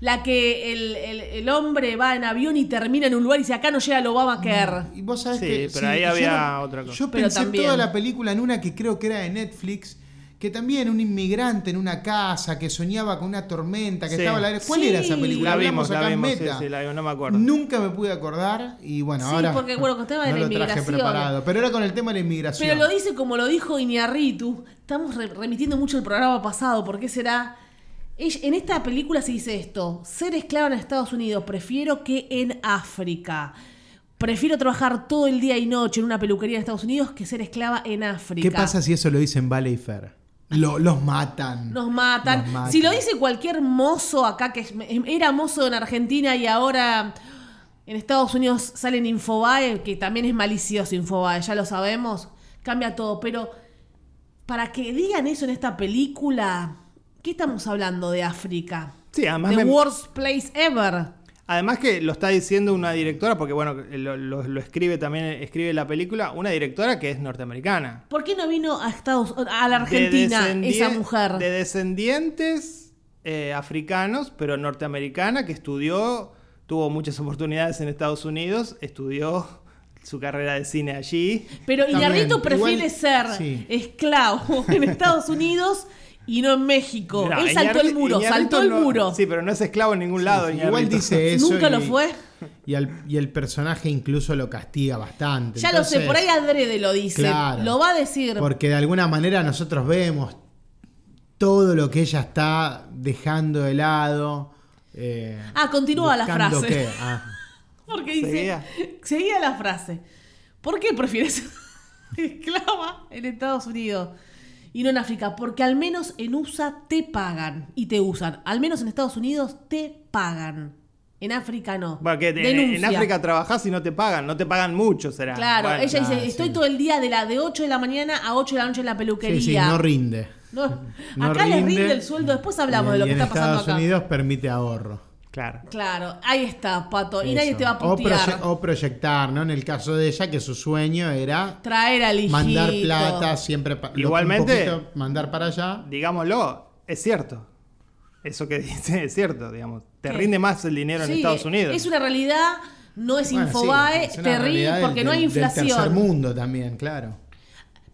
S4: La que el, el- el hombre va en avión y termina en un lugar y dice acá no llega el Obamacare.
S3: Y vos sabés
S2: Sí,
S3: que.
S2: pero ahí
S3: yo
S2: había otra cosa.
S3: Yo
S4: Pero
S3: pensé
S4: también.
S3: toda la película en una que creo que era de Netflix, que también un inmigrante en una casa que soñaba con una tormenta, que
S2: Sí.
S3: estaba al aire. ¿Cuál
S4: Sí.
S3: era esa película?
S2: La
S3: Hablamos
S2: vimos, la
S3: acá en
S2: vimos, sí,
S3: Meta.
S2: sí, la vimos, no me acuerdo.
S3: Nunca me pude acordar y bueno,
S4: Sí,
S3: ahora
S4: porque, bueno, con el tema de
S3: no
S4: la
S3: lo traje
S4: inmigración.
S3: preparado, pero era con el tema de la inmigración.
S4: Pero lo dice como lo dijo Iñarritu. Estamos re- remitiendo mucho el programa pasado, porque será. Ella- En esta película se dice esto: ser esclavo en Estados Unidos, prefiero que en África. Prefiero trabajar todo el día y noche en una peluquería en Estados Unidos que ser esclava en África.
S3: ¿Qué pasa si eso lo dicen Valley Fair? Lo- los matan.
S4: Nos matan.
S3: Nos matan.
S4: Si lo dice cualquier mozo acá que es- era mozo en Argentina y ahora en Estados Unidos sale en Infobae, que también es malicioso Infobae, ya lo sabemos, cambia todo. Pero para que digan eso en esta película, ¿qué estamos hablando de África?
S2: Sí, además me-
S4: The worst place ever.
S2: Además que lo está diciendo una directora, porque bueno, lo, lo- lo escribe también, escribe la película, una directora que es norteamericana.
S4: ¿Por qué no vino a Estados a la
S2: De
S4: Argentina
S2: descendi-
S4: esa mujer?
S2: De descendientes eh, africanos, pero norteamericana, que estudió, tuvo muchas oportunidades en Estados Unidos, estudió su carrera de cine allí.
S4: Pero
S3: También,
S4: Iñarrito
S3: igual-
S4: prefiere ser
S3: sí.
S4: esclavo en Estados Unidos y no en México.
S2: Mirá,
S4: Él saltó
S2: Iñárritu-
S4: el muro,
S2: Iñárritu
S4: saltó el
S2: no-
S4: muro.
S2: Sí, pero no es esclavo en ningún lado.
S3: Igual
S2: [laughs] Iñárritu.
S3: dice eso.
S4: Nunca
S3: y-
S4: lo fue.
S3: Y, al- y el personaje incluso lo castiga bastante.
S4: Ya lo sé,
S3: Entonces,
S4: por ahí adrede lo dice.
S3: Claro.
S4: lo va a decir.
S3: Porque de alguna manera nosotros vemos todo lo que ella está dejando de lado. eh,
S4: Ah, continúa la
S3: buscando
S4: frase.
S3: qué.
S4: [laughs]
S3: Ah,
S4: Porque dice.
S2: Seguía.
S4: Seguía. la frase. ¿Por qué prefieres ser [laughs] esclava en Estados Unidos y no en África? Porque al menos en USA te pagan y te usan. Al menos en Estados Unidos te pagan. En África no.
S2: Bueno, que en- en
S4: Denuncia.
S2: África trabajás y no te pagan, no te pagan mucho, será.
S4: Claro,
S2: Bueno,
S4: ella
S3: Ah, nada,
S4: dice, estoy
S3: sí.
S4: todo el día de la de 8 de la mañana a 8 de la noche en la peluquería.
S3: sí, sí, no rinde.
S4: No,
S3: [laughs] No
S4: acá les
S3: rinde.
S4: rinde el sueldo, después hablamos
S3: Y
S4: de lo que
S3: en
S4: está pasando
S3: Estados
S4: acá.
S3: Unidos permite ahorro.
S2: Claro.
S4: Claro, ahí está, Pato. Y nadie
S3: Eso.
S4: te va a
S3: o,
S4: putear.
S3: proye- o proyectar, ¿no? En el caso de ella, que su sueño era
S4: Traer al hijito.
S3: mandar plata siempre pa- lo- un
S2: Igualmente-
S3: poquito mandar para allá
S2: digámoslo, es cierto. Eso que [laughs] dice es cierto, digamos. Te
S4: ¿Qué?
S2: rinde más el dinero en
S4: Sí,
S2: Estados Unidos.
S4: Es una realidad, no es
S3: Bueno, sí,
S4: Infobae,
S3: es una
S4: te ríes
S3: realidad del-
S4: porque no hay
S3: del- del tercer
S4: inflación.
S3: mundo también claro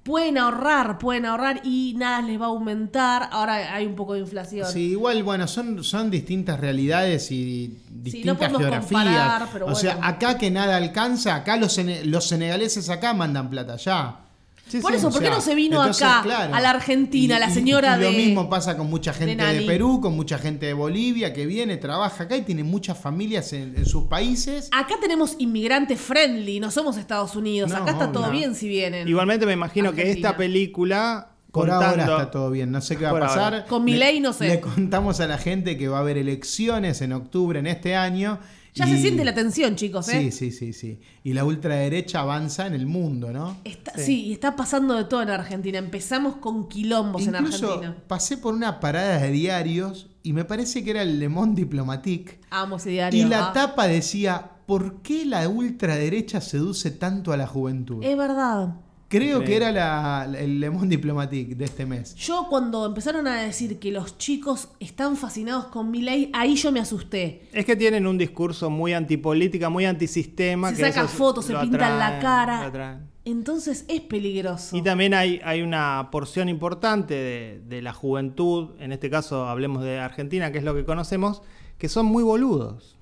S4: Pueden ahorrar, pueden ahorrar y nada les va a aumentar. Ahora hay un poco de inflación.
S3: sí igual bueno son son distintas realidades y distintas
S4: podemos
S3: geografías
S4: comparar, pero
S3: o sea
S4: bueno.
S3: acá que nada alcanza acá los sene- los senegaleses acá mandan plata allá
S2: Sí,
S4: Por
S2: sí.
S4: eso,
S3: O
S4: ¿por qué
S3: sea,
S4: no se vino
S3: entonces,
S4: acá
S3: claro.
S4: a la Argentina,
S3: Y-
S4: la
S3: y-
S4: señora
S3: y lo
S4: de
S3: mismo pasa con mucha gente de,
S4: Nani.
S3: Perú, con mucha gente de Bolivia que viene, trabaja acá y tiene muchas familias en, en sus países.
S4: Acá tenemos inmigrantes friendly, no somos Estados Unidos.
S3: No,
S4: Acá está todo
S3: no.
S4: bien si vienen.
S2: Igualmente me imagino que
S4: Argentina.
S2: esta película
S3: Por ahora
S2: contando
S3: está todo bien, no sé qué va a
S2: Por ahora.
S3: pasar.
S4: Con
S3: Le-
S4: Milei no sé.
S3: Le contamos a la gente que va a haber elecciones en octubre en este año.
S4: ya
S3: y-
S4: se siente la tensión, chicos,
S3: Sí,
S4: ¿eh?
S3: sí, sí, sí. Y la ultraderecha avanza en el mundo, ¿no?
S4: Está-
S2: Sí.
S4: sí. y está pasando de todo en Argentina. Empezamos con quilombos
S3: Incluso
S4: en Argentina.
S3: pasé por una parada de diarios y me parece que era el Le Monde Diplomatique.
S4: Amo ese diario.
S3: Y la
S4: ah.
S3: tapa decía, ¿por qué la ultraderecha seduce tanto a la juventud?
S4: Es verdad.
S3: Creo que era la, la- el Le Monde Diplomatique de este mes.
S4: Yo cuando empezaron a decir que los chicos están fascinados con Milei, ahí yo me asusté.
S2: es que tienen un discurso muy antipolítica, muy antisistema.
S4: Se
S2: que
S4: sacan
S2: eso es-
S4: fotos, se
S2: lo
S4: pintan la
S2: atraen,
S4: cara.
S2: lo atraen.
S4: Entonces es peligroso.
S2: Y también hay, hay una porción importante de, de la juventud, en este caso hablemos de Argentina, que es lo que conocemos, que son muy boludos.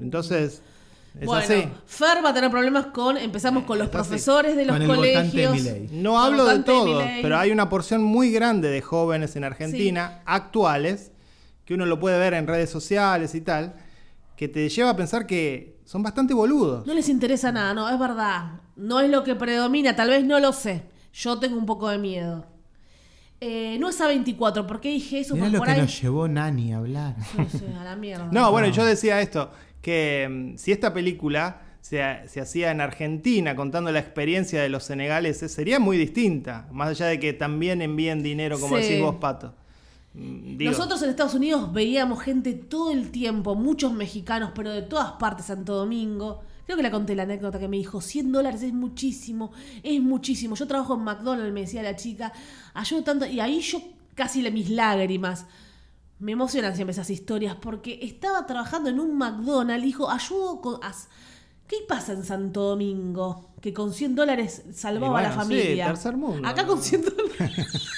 S2: Entonces, es
S4: Uh. bueno,
S2: así.
S4: Fer va a tener problemas con, empezamos con los
S2: Es así.
S4: profesores de los
S3: Con el votante de
S4: colegios.
S3: Milei.
S2: No hablo de
S4: Votante de
S2: todos,
S4: Milei.
S2: pero hay una porción muy grande de jóvenes en Argentina, actuales, que uno lo puede ver en redes sociales y tal, que te lleva a pensar que son bastante boludos.
S4: No les interesa nada, no, es verdad. No es lo que predomina, tal vez no lo sé. Yo tengo un poco de miedo. Eh, no es A24, ¿por qué dije eso?
S3: Mirá
S4: Porque
S3: lo
S4: por
S3: que
S4: ahí-
S3: nos llevó Nani a hablar.
S4: No sé, a la mierda.
S2: No, bueno, yo decía esto, que mm, si esta película se, ha- se hacía en Argentina contando la experiencia de los senegaleses, sería muy distinta, más allá de que también envíen dinero, como
S4: Sí.
S2: decís vos, Pato. Mm, digo,
S4: Nosotros en Estados Unidos veíamos gente todo el tiempo, muchos mexicanos, pero de todas partes, Santo Domingo. Creo que la conté la anécdota que me dijo, 100 dólares es muchísimo, es muchísimo. Yo trabajo en McDonald's, me decía la chica, ayudo tanto, y ahí yo casi le mis lágrimas. Me emocionan siempre esas historias, porque estaba trabajando en un McDonald's, dijo, ayudo con... as- ¿Qué pasa en Santo Domingo? Que con 100 dólares salvaba
S2: Y
S4: a la
S2: bueno, sí,
S4: familia.
S2: tercer mundo.
S4: Acá con 100 dólares... [laughs]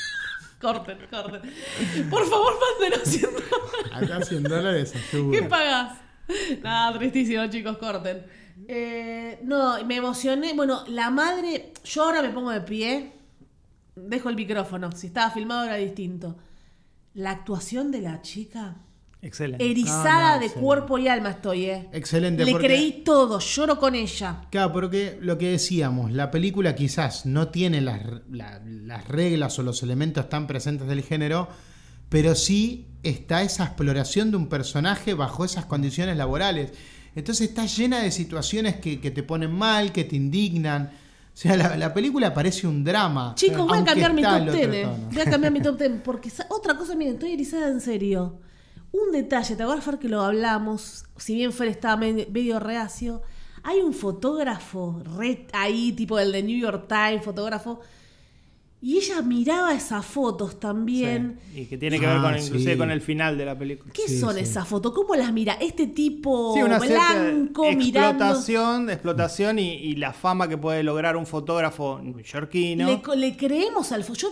S4: Corten, corten. Por favor, mándenos 100 dólares.
S3: Acá 100 dólares ayuda.
S4: ¿Qué pagas? Nada, tristísimo, chicos, corten. Eh, no, me emocioné. Bueno, la madre. Yo ahora me pongo de pie. Dejo el micrófono. Si estaba filmado era distinto. La actuación de la chica.
S2: Excelente.
S3: Ah,
S4: Erizada
S3: no,
S4: de
S3: excelente.
S4: cuerpo y alma estoy, eh.
S3: Excelente.
S4: Le
S3: porque-
S4: creí todo, lloro con ella.
S3: Claro, porque lo que decíamos, la película quizás no tiene las, la- las reglas o los elementos tan presentes del género, pero sí está esa exploración de un personaje bajo esas condiciones laborales. Entonces está llena de situaciones que, que te ponen mal, que te indignan. O sea, la, la película parece un drama.
S4: Chicos, voy a
S3: aunque
S4: cambiar mi
S3: está al
S4: top
S3: otro
S4: 10. eh.
S3: tono.
S4: Voy a cambiar mi top 10. Porque sa- otra cosa, miren, estoy erizada en serio. Un detalle, ¿te acuerdas, Fer, que lo hablamos? Si bien Fer estaba me- medio reacio, hay un fotógrafo re- ahí, tipo el de New York Times, fotógrafo. Y ella miraba esas fotos también.
S2: Y que tiene que ver
S3: Ah,
S2: con, inclusive
S3: sí.
S2: con el final de la película.
S4: ¿Qué
S3: Sí,
S4: son
S3: sí.
S4: esas fotos? ¿Cómo las mira? Este tipo
S2: Sí, una cierta
S4: blanco mirando.
S2: explotación, explotación y, y la fama que puede lograr un fotógrafo neoyorquino.
S4: Le, co- le creemos al fo- yo-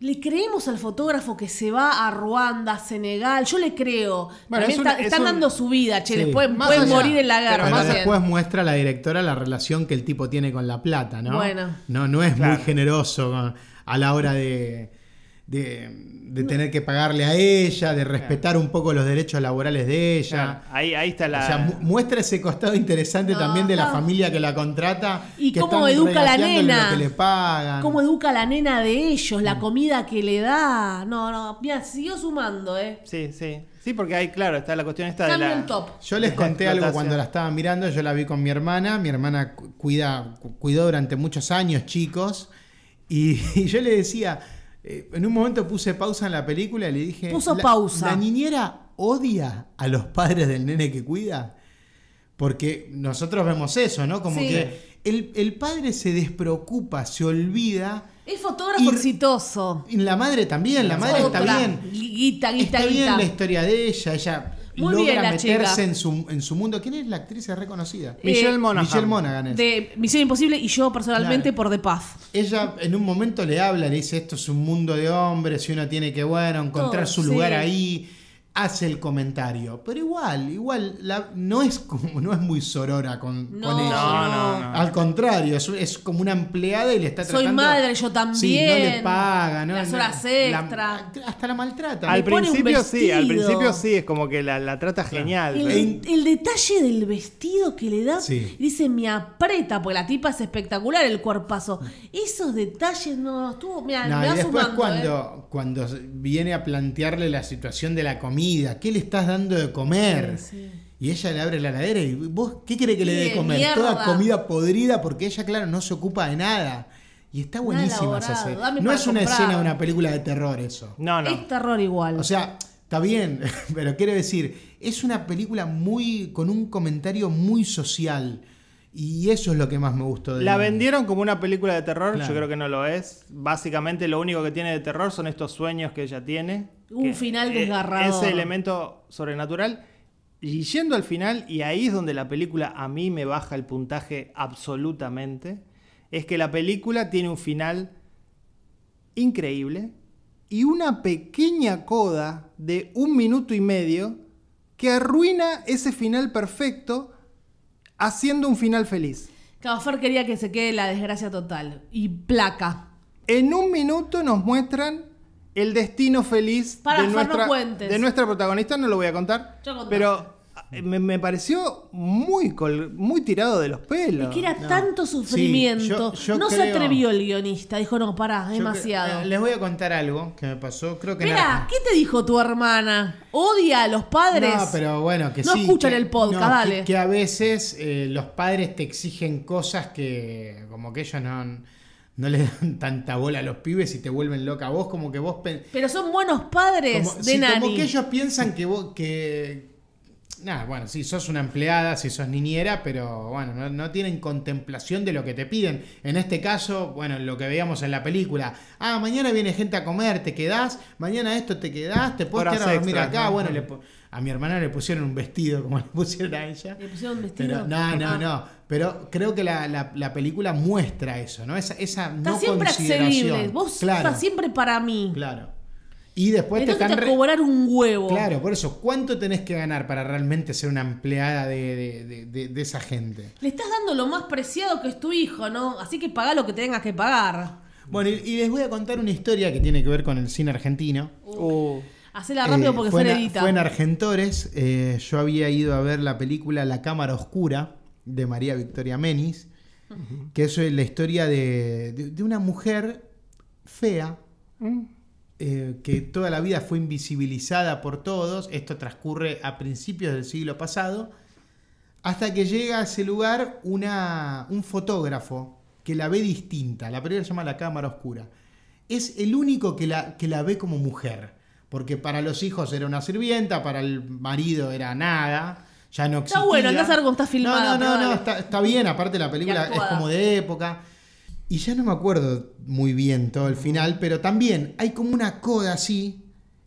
S4: le creemos al fotógrafo que se va a Ruanda, a Senegal. Yo le creo.
S2: Bueno,
S4: También
S2: es un-
S4: está-
S2: es
S4: están
S2: un-
S4: dando su vida, che.
S3: Sí.
S4: Después
S2: Más
S4: pueden
S2: allá,
S4: morir en la
S2: pero
S4: guerra.
S3: Pero
S4: más
S3: después
S4: bien.
S3: muestra la directora la relación que el tipo tiene con la plata, ¿no?
S4: Bueno.
S3: No, no es
S2: Claro.
S3: muy generoso con- a la hora de, de, de tener que pagarle a ella, de respetar un poco los derechos laborales de
S2: Claro,
S3: ella.
S2: ahí, ahí está la.
S3: O sea, mu- muestra ese costado interesante
S4: No,
S3: también de la
S4: no.
S3: familia que la contrata.
S4: Y
S3: que
S4: cómo
S3: están
S4: educa a la
S3: regateándole
S4: nena.
S3: Lo que le pagan.
S4: Cómo educa a la nena de ellos, la comida que le da. No, no, mira, siguió sumando, eh.
S2: Sí, sí. Sí, porque ahí, claro, está la cuestión esta de
S4: Cambio
S2: la.
S4: el top.
S3: Yo les conté algo
S2: Explotación.
S3: cuando la estaba mirando, yo la vi con mi hermana, mi hermana cu- cuida, cu- cuidó durante muchos años chicos, y, [laughs] y yo le decía, eh, en un momento puse pausa en la película y le dije,
S4: Puso
S3: "La-
S4: pausa.
S3: ¿La niñera odia a los padres del nene que cuida? Porque nosotros vemos eso, ¿no? Como
S4: Sí.
S3: que el, el padre se despreocupa, se olvida.
S4: Es fotógrafo
S3: Y-
S4: exitoso.
S3: Y la madre también, la madre está
S4: Otra.
S3: bien.
S4: Guita,
S3: Está
S4: guita,
S3: bien
S4: guita.
S3: la historia de ella, ella
S4: Muy bien
S3: logra
S4: la
S3: meterse
S4: chica.
S3: en su, en su mundo. ¿Quién es la actriz reconocida?
S2: Michelle
S4: Eh,
S2: Monaghan.
S3: Michelle Monaghan es.
S4: De Misión Imposible y yo personalmente
S3: Claro.
S4: por The Path.
S3: Ella en un momento le habla, le dice, esto es un mundo de hombres y uno tiene que, bueno, encontrar
S4: Todo,
S3: su lugar
S4: sí.
S3: ahí. Hace el comentario. Pero igual, igual, la- no, es como, no es muy sorora con,
S4: No,
S3: con ella.
S2: No, no, no.
S3: Al contrario, es, es como una empleada y le está
S4: Soy
S3: tratando...
S4: madre, yo
S3: Sí, no le
S4: también.
S3: paga, ¿no?
S4: Las
S3: No,
S4: horas
S3: la-
S4: extra.
S3: hasta la maltrata.
S2: Al
S4: Le pone un
S2: principio sí, al
S4: vestido.
S2: principio sí, es como que la, la trata genial.
S4: El,
S2: pero-
S4: de- el detalle del vestido que le da,
S3: Sí.
S4: dice, me aprieta, porque la tipa es espectacular el cuerpazo. Esos detalles no, no estuvo, mira,
S3: No,
S4: me
S3: y
S4: va
S3: después
S4: sumando. ¿eh?
S3: cuando, cuando viene a plantearle la situación de la comida, ¿qué le estás dando de comer?
S4: Sí, sí.
S3: Y ella le abre la heladera y vos, ¿qué quiere que le
S4: Sí,
S3: dé de comer?
S4: mierda.
S3: Toda comida podrida porque ella, claro, no se ocupa de nada. Y está buenísima esa
S4: elaborado,
S3: escena.
S4: dame
S3: No
S4: para
S3: es una
S4: comprar.
S3: escena de una película de terror eso.
S2: No, no.
S4: Es terror igual.
S3: O sea, está bien, [laughs] pero quiero decir, es una película muy con un comentario muy social. Y eso es lo que más me gustó de
S2: La vendieron como una película de terror,
S3: Claro.
S2: yo creo que no lo es. Básicamente lo único que tiene de terror son estos sueños que ella tiene.
S4: Un
S2: Que,
S4: final
S2: eh,
S4: desgarrador.
S2: Ese elemento sobrenatural. Y yendo al final, y ahí es donde la película a mí me baja el puntaje absolutamente, es que la película tiene un final increíble y una pequeña coda de un minuto y medio que arruina ese final perfecto haciendo un final feliz.
S4: Cabafer quería que se quede la desgracia total. Y placa.
S2: En un minuto nos muestran el destino feliz
S4: Pará,
S2: de,
S4: Fer, no
S2: nuestra,
S4: cuentes.
S2: de nuestra protagonista, no lo voy a contar.
S4: Ya contaste.
S2: pero eh, me, me pareció muy, col- muy tirado de los pelos.
S4: Es que era
S3: No.
S4: tanto
S3: Sí,
S4: sufrimiento.
S3: yo- yo
S4: no se
S3: creo-
S4: atrevió el guionista. Dijo, no, pará,
S3: Yo
S4: demasiado.
S3: creo- eh, les voy a contar algo que me pasó. Creo que en
S4: Mira,
S3: Ar-
S4: ¿qué te dijo tu hermana? ¿Odia a los padres?
S3: No, pero bueno, que
S4: No
S3: sí,
S4: escuchan
S3: que-
S4: el podcast,
S3: que-
S4: dale.
S3: Que, a veces eh, los padres te exigen cosas que como que ellos no, no le dan tanta bola a los pibes y te vuelven loca a vos, como que vos... pen-
S4: Pero son buenos padres
S3: como,
S4: de
S3: sí, como
S4: Nani.
S3: que ellos piensan que vos... Que, Nada, bueno, si sos una empleada, si sos niñera, pero bueno, no, no tienen contemplación de lo que te piden. En este caso, bueno, lo que veíamos en la película. Ah, mañana viene gente a comer, te quedás, mañana esto te quedás, te puedes
S2: Horas
S3: quedar a dormir
S2: extras,
S3: acá.
S2: ¿no?
S3: Bueno, le pu- a mi hermana le pusieron un vestido como le pusieron a ella.
S4: Le pusieron vestido. Ah.
S3: Pero, no, no, no. Pero creo que la, la- la película muestra eso, ¿no? Esa, esa
S4: Está
S3: no
S4: siempre
S3: consideración.
S4: accesible. Vos
S3: claro,
S4: estás siempre para mí.
S3: claro. Y después te
S4: Entonces
S3: están
S4: te
S3: re-
S4: cobrar un huevo.
S3: Claro, por eso, ¿cuánto tenés que ganar para realmente ser una empleada de, de- de- de- de esa gente?
S4: Le estás dando lo más preciado que es tu hijo, ¿no? Así que pagá lo que tengas que pagar.
S3: Bueno, y, y les voy a contar una historia que tiene que ver con el cine argentino.
S2: Uh,
S4: Hacela rápido
S3: Eh,
S4: porque
S3: fue
S4: se
S3: en-
S4: edita.
S3: Fue en Argentores. eh, yo había ido a ver la película La Cámara Oscura de María Victoria Menis, que eso es la historia de, de- de una mujer fea. eh, que toda la vida fue invisibilizada por todos, esto transcurre a principios del siglo pasado, hasta que llega a ese lugar una, un fotógrafo que la ve distinta, la película se llama La Cámara Oscura, es el único que la, que la ve como mujer. Porque para los hijos era una sirvienta, para el marido era nada. Ya no existía.
S4: Está bueno, andás a ver cómo está filmada,
S3: No, no,
S4: pero
S3: no, no,
S4: dale.
S3: está, está bien. Aparte, la película es
S4: actuada.
S3: como de época. Y ya no me acuerdo muy bien todo el final, pero también hay como una coda así.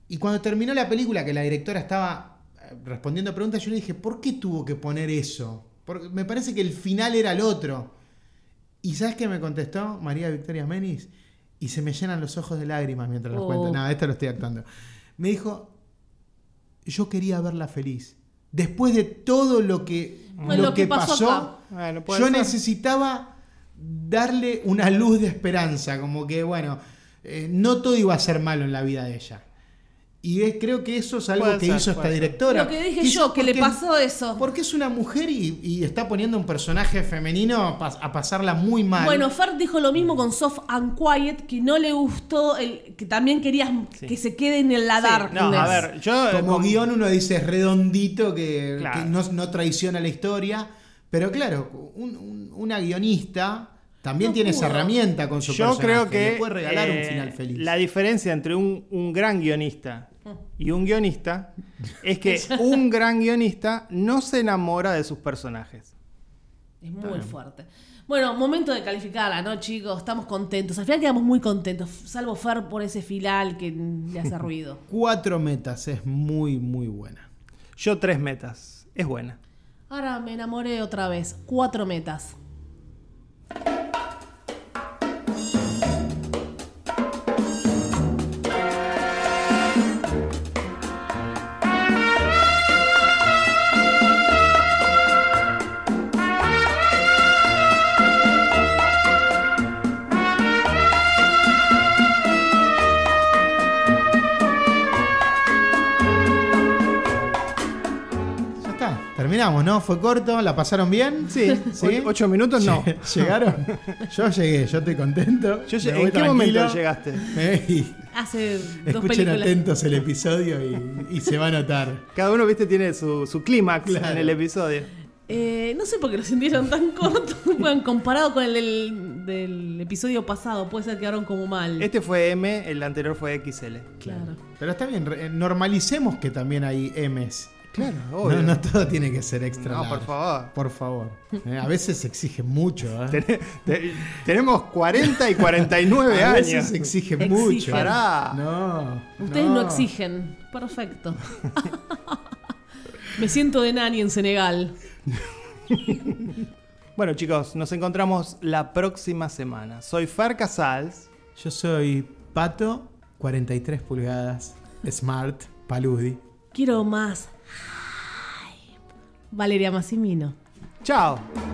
S3: Y cuando terminó la película, que la directora estaba eh, respondiendo preguntas, yo le dije, ¿por qué tuvo que poner eso? Porque me parece que el final era el otro. ¿Y sabes qué me contestó María Victoria Menis? Y se me llenan los ojos de lágrimas mientras lo
S4: Oh.
S3: cuento. Nada, esto lo estoy actuando. Me dijo, yo quería verla feliz. Después de todo lo que,
S4: Pues
S3: lo
S4: lo que
S3: que
S4: pasó acá.
S3: pasó,
S2: bueno, pues puede
S3: yo
S2: ser.
S3: necesitaba darle una luz de esperanza, como que, bueno, eh, no todo iba a ser malo en la vida de ella. Y es- creo que eso es algo
S2: Puede
S3: que
S2: ser,
S3: hizo esta
S2: puede ser.
S3: directora.
S4: Lo que dije
S3: Quiso-
S4: yo, que le
S3: porque-
S4: pasó eso.
S3: Porque es una mujer y, y está poniendo un personaje femenino a, pas- a pasarla muy mal.
S4: Bueno, Fer dijo lo mismo con Soft and Quiet, que no le gustó, el, que también querías que se quede en la
S2: Sí,
S4: darkness.
S2: no, a ver, yo eh,
S3: como
S2: con-
S3: guión uno dice es redondito, que,
S2: Claro.
S3: que no, no traiciona la historia. Pero claro, un- un- una guionista también
S4: No
S3: tiene esa
S4: pudo.
S3: herramienta con su
S2: Yo
S3: personaje.
S2: creo que
S3: Le puede regalar
S2: eh,
S3: un final feliz.
S2: La diferencia entre un, un gran guionista y un guionista es
S4: [laughs]
S2: que un gran guionista no se enamora de sus personajes.
S4: Es muy fuerte. Bueno, momento de calificarla, ¿no, chicos? Estamos contentos. Al final quedamos muy contentos, salvo Fer por ese final que
S3: [laughs]
S4: le hace ruido.
S3: Cuatro metas es muy, muy buena.
S2: Yo tres metas. Es buena.
S4: Ahora me enamoré otra vez. Cuatro metas.
S3: Ya está, terminamos, ¿no? Fue corto, la pasaron bien.
S2: [laughs] Sí,
S3: ¿Sí?
S2: o- ocho minutos no.
S3: [laughs]
S2: [laughs]
S3: ¿Llegaron? Yo llegué, yo estoy contento.
S2: Yo lle-
S3: Me
S2: ¿En
S3: voy
S2: qué momento
S3: tranquilo.
S2: llegaste?
S3: Eh, y
S4: Hace dos
S3: escuchen
S4: películas.
S3: atentos el episodio y, y se va a notar.
S2: Cada uno, viste, tiene su, su clímax
S3: Claro.
S2: en el episodio.
S4: Eh, no sé por qué lo sintieron tan [laughs] corto. Bueno, comparado con el del, del episodio pasado, puede ser que quedaron como mal.
S2: Este fue M, el anterior fue XL.
S4: Claro.
S3: Pero está bien, re- eh, normalicemos que también hay M's.
S2: Claro, obvio.
S3: No, no todo tiene que ser extra.
S2: No,
S3: large.
S2: por [laughs] favor.
S3: Por favor. Eh, a veces se exige mucho. ¿eh?
S2: Ten- te- tenemos 40 y [laughs] 49
S3: A veces
S2: años.
S3: se exige
S4: Exigen.
S3: mucho.
S2: Pará.
S3: No.
S4: Ustedes no. exigen. Perfecto. Me siento de nani en Senegal.
S2: Bueno, chicos, nos encontramos la próxima semana. Soy Fer Casals.
S3: Yo soy Pato, 43 pulgadas, Smart, Paludi.
S4: Quiero más. Ay. Valeria Massimino.
S2: Chao.